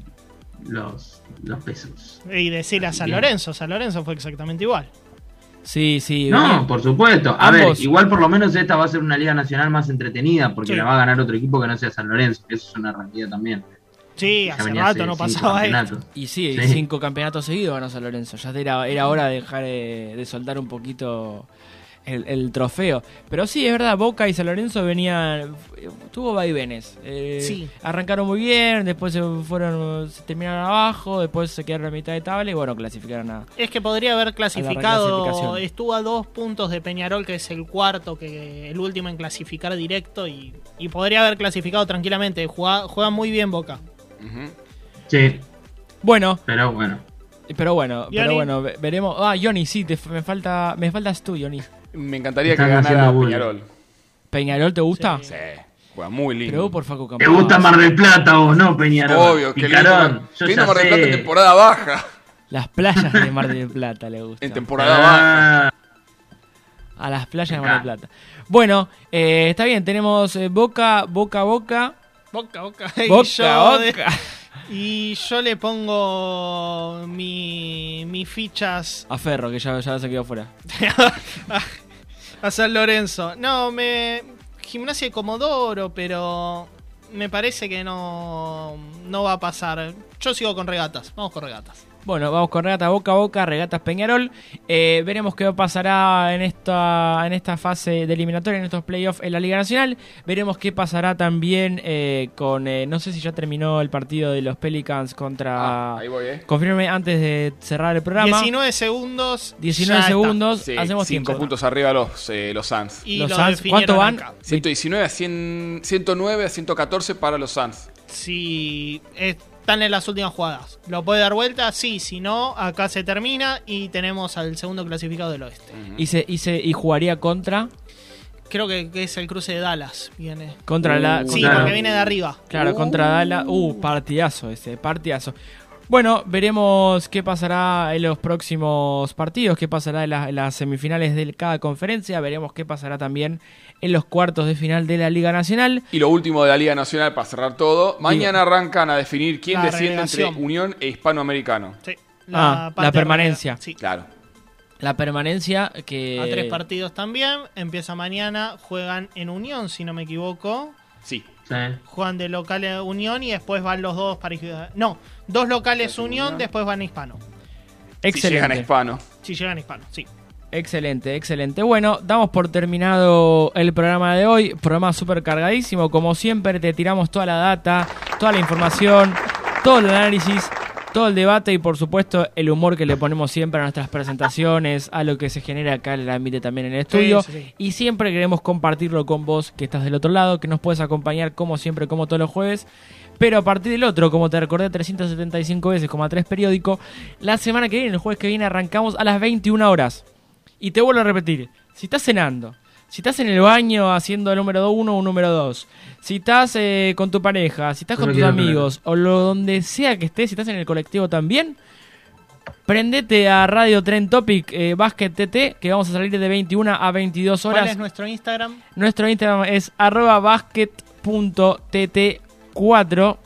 los, los pesos.
Y decir a San Lorenzo, San Lorenzo fue exactamente igual.
Sí, sí.
No,
bien.
por supuesto. A
Ambos.
ver, igual por lo menos esta va a ser una liga nacional más entretenida porque
Sí.
la va a ganar otro equipo que no sea San Lorenzo, que eso es una realidad también.
Sí,
Ya
hace
venía
rato
hace
no
cinco
pasaba esto.
campeonatos.
Y sí,
Sí.
cinco campeonatos seguidos ganó San Lorenzo. Ya era, era hora de dejar eh, de soltar un poquito el, el trofeo. Pero sí, es verdad, Boca y San Lorenzo venían. Tuvo vaivenes. Eh,
Sí.
Arrancaron muy bien, después se fueron se terminaron abajo, después se quedaron a mitad de tabla y bueno, clasificaron a.
Es que podría haber clasificado,
reclasificación.
estuvo a dos puntos de Peñarol, que es el cuarto, que el último en clasificar directo, y, y podría haber clasificado tranquilamente. Juega, juega muy bien Boca.
Sí.
Bueno.
Pero bueno.
Pero bueno, pero
Ioni.
bueno, ve- veremos. Ah, Johnny, sí, te- me falta me faltas tú, Johnny.
Me encantaría que
Están
ganara
haciendo bullying.
Peñarol.
¿Peñarol te gusta?
Sí. Juega muy lindo.
Pero por Facu
¿Te
Campos.
gusta Mar del Plata vos, no, Peñarol?
Obvio, que lindo,
Picarón,
Mar-
yo
qué lindo
ya
Mar del Plata en
sé.
temporada baja.
Las playas de Mar del Plata le gusta.
En temporada baja.
A las playas de Mar del Plata. Bueno, eh, está bien, tenemos eh, Boca, Boca, Boca.
Boca, boca. *laughs*
Boca,
y, yo de-
Boca.
y yo le pongo mi- mis fichas
A Ferro, que ya, ya se quedó fuera.
*laughs* a San Lorenzo. No, me. Gimnasia de Comodoro, pero. Me parece que no. No va a pasar. Yo sigo con regatas. Vamos con regatas.
Bueno, vamos con regata boca a boca, regatas Peñarol. Eh, veremos qué pasará en esta, en esta fase de eliminatoria, en estos playoffs en la Liga Nacional. Veremos qué pasará también eh, con. eh, no sé si ya terminó el partido de los Pelicans contra.
Ah, ahí voy, eh.
Confírmeme antes de cerrar el programa.
19 segundos.
19
ya
segundos,
Sí,
hacemos
cinco
tiempo.
puntos arriba los, eh, los Suns.
Y
Los
lo
Suns, ¿cuánto
definieron
van?
acá.
119 a 100, 109 a 114 para los Suns.
Si están en las últimas jugadas. ¿Lo puede dar vuelta? Sí, si no, acá se termina y tenemos al segundo clasificado del oeste.
Y, se, y, se- y jugaría contra.
Creo que, que es el cruce de Dallas. Viene.
Contra la.
Sí,
contra-
porque viene de arriba.
Claro, contra Dallas. Uh, partidazo ese, partidazo. Bueno, veremos qué pasará en los próximos partidos, qué pasará en, la- en las semifinales de cada conferencia, veremos qué pasará también en los cuartos de final de la Liga Nacional.
Y lo último de la Liga Nacional para cerrar todo. Mañana arrancan a definir quién
La
desciende entre
revelación.
Unión e Hispanoamericano.
Sí,
La, ah, la
parte
permanencia. Eh,
Claro.
La permanencia que...
A tres partidos también. Empieza mañana. Juegan en Unión, si no me equivoco.
Sí.
Juegan de local a Unión y después van los dos para. Hispano. No, dos locales Unión, después van a Hispano.
Si llegan a
Excelente.
Hispano.
Si llegan a Hispano, sí.
Excelente, excelente. Bueno, damos por terminado el programa de hoy. Programa súper cargadísimo. Como siempre, te tiramos toda la data, toda la información, todo el análisis, todo el debate y, por supuesto, el humor que le ponemos siempre a nuestras presentaciones, a lo que se genera acá en el ambiente también en el estudio.
Sí, sí, sí.
Y siempre queremos compartirlo con vos que estás del otro lado, que nos puedes acompañar como siempre, como todos los jueves. Pero a partir del otro, como te recordé 375 veces, como a tres periódico, la semana que viene, el jueves que viene, arrancamos a las 21 horas. Y te vuelvo a repetir, si estás cenando, si estás en el baño haciendo el número uno o un número dos, si estás eh, con tu pareja, si estás con
No
tus
quiero
amigos, o lo donde sea que estés, si estás en el colectivo también, prendete a Radio Tren Topic eh, Basket TT, que vamos a salir de 21 a 22
¿Cuál
horas.
es nuestro Instagram?
Nuestro Instagram es arroba basket.tt4,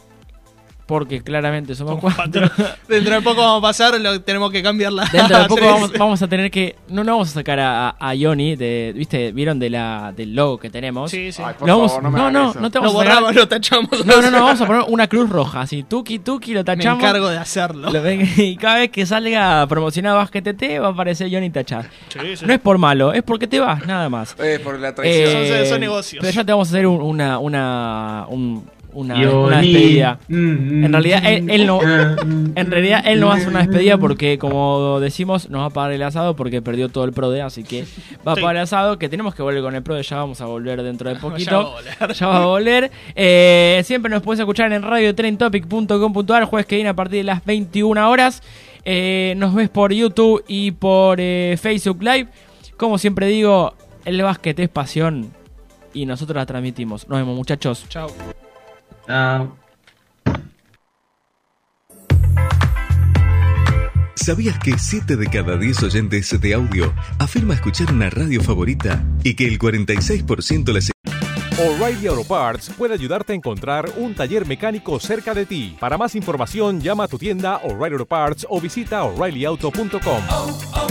porque claramente somos cuatro.
*laughs* Dentro de poco vamos a pasar, lo tenemos que cambiarla.
Dentro de poco vamos, vamos a tener que. No lo vamos a sacar a, a- a Johnny, de, ¿viste? ¿Vieron de la, del logo que tenemos?
Sí, sí.
Ay, por
Lo
favor,
vamos-
no me
no,
hagan
no,
eso.
no te
Lo
vamos a sacar-
borramos, lo tachamos.
No, no, no, vamos a poner una cruz roja, así, tuki tuki, lo
Me
tachamos.
encargo de hacerlo.
Lo ven- y cada vez que salga promocionado Basket TT va a aparecer Johnny Tachar.
Sí, sí.
No es por malo, es porque te vas, nada más.
Eh, por la traición.
Son-
Eh,
son negocios.
Pero ya te vamos a hacer un- una, una, un- una, una
Johnny.
despedida.
Mm, mm,
En realidad, él, él *laughs* no.
mm,
En realidad, él no va a hacer una despedida porque, como decimos, nos va a pagar el asado porque perdió todo el PRODE, así que va a
Sí.
pagar el asado, que tenemos que volver con el PRODE, ya vamos a volver dentro de
*laughs* Ya va
poquito.
a volver.
Ya va a volver. Eh, siempre nos puedes escuchar en radiotrentopic.com.ar, jueves que viene a partir de las 21 horas. Eh, nos ves por YouTube y por eh, Facebook Live. Como siempre digo, el básquet es pasión y nosotros la transmitimos. Nos vemos, muchachos.
Chao.
Ah,
¿Sabías que 7 de cada 10 oyentes de audio afirma escuchar una radio favorita y que el 46% la
O'Reilly Auto Parts puede ayudarte a encontrar un taller mecánico cerca de ti. Para más información, llama a tu tienda O'Reilly Auto Parts o visita oreillyauto.com.
oh,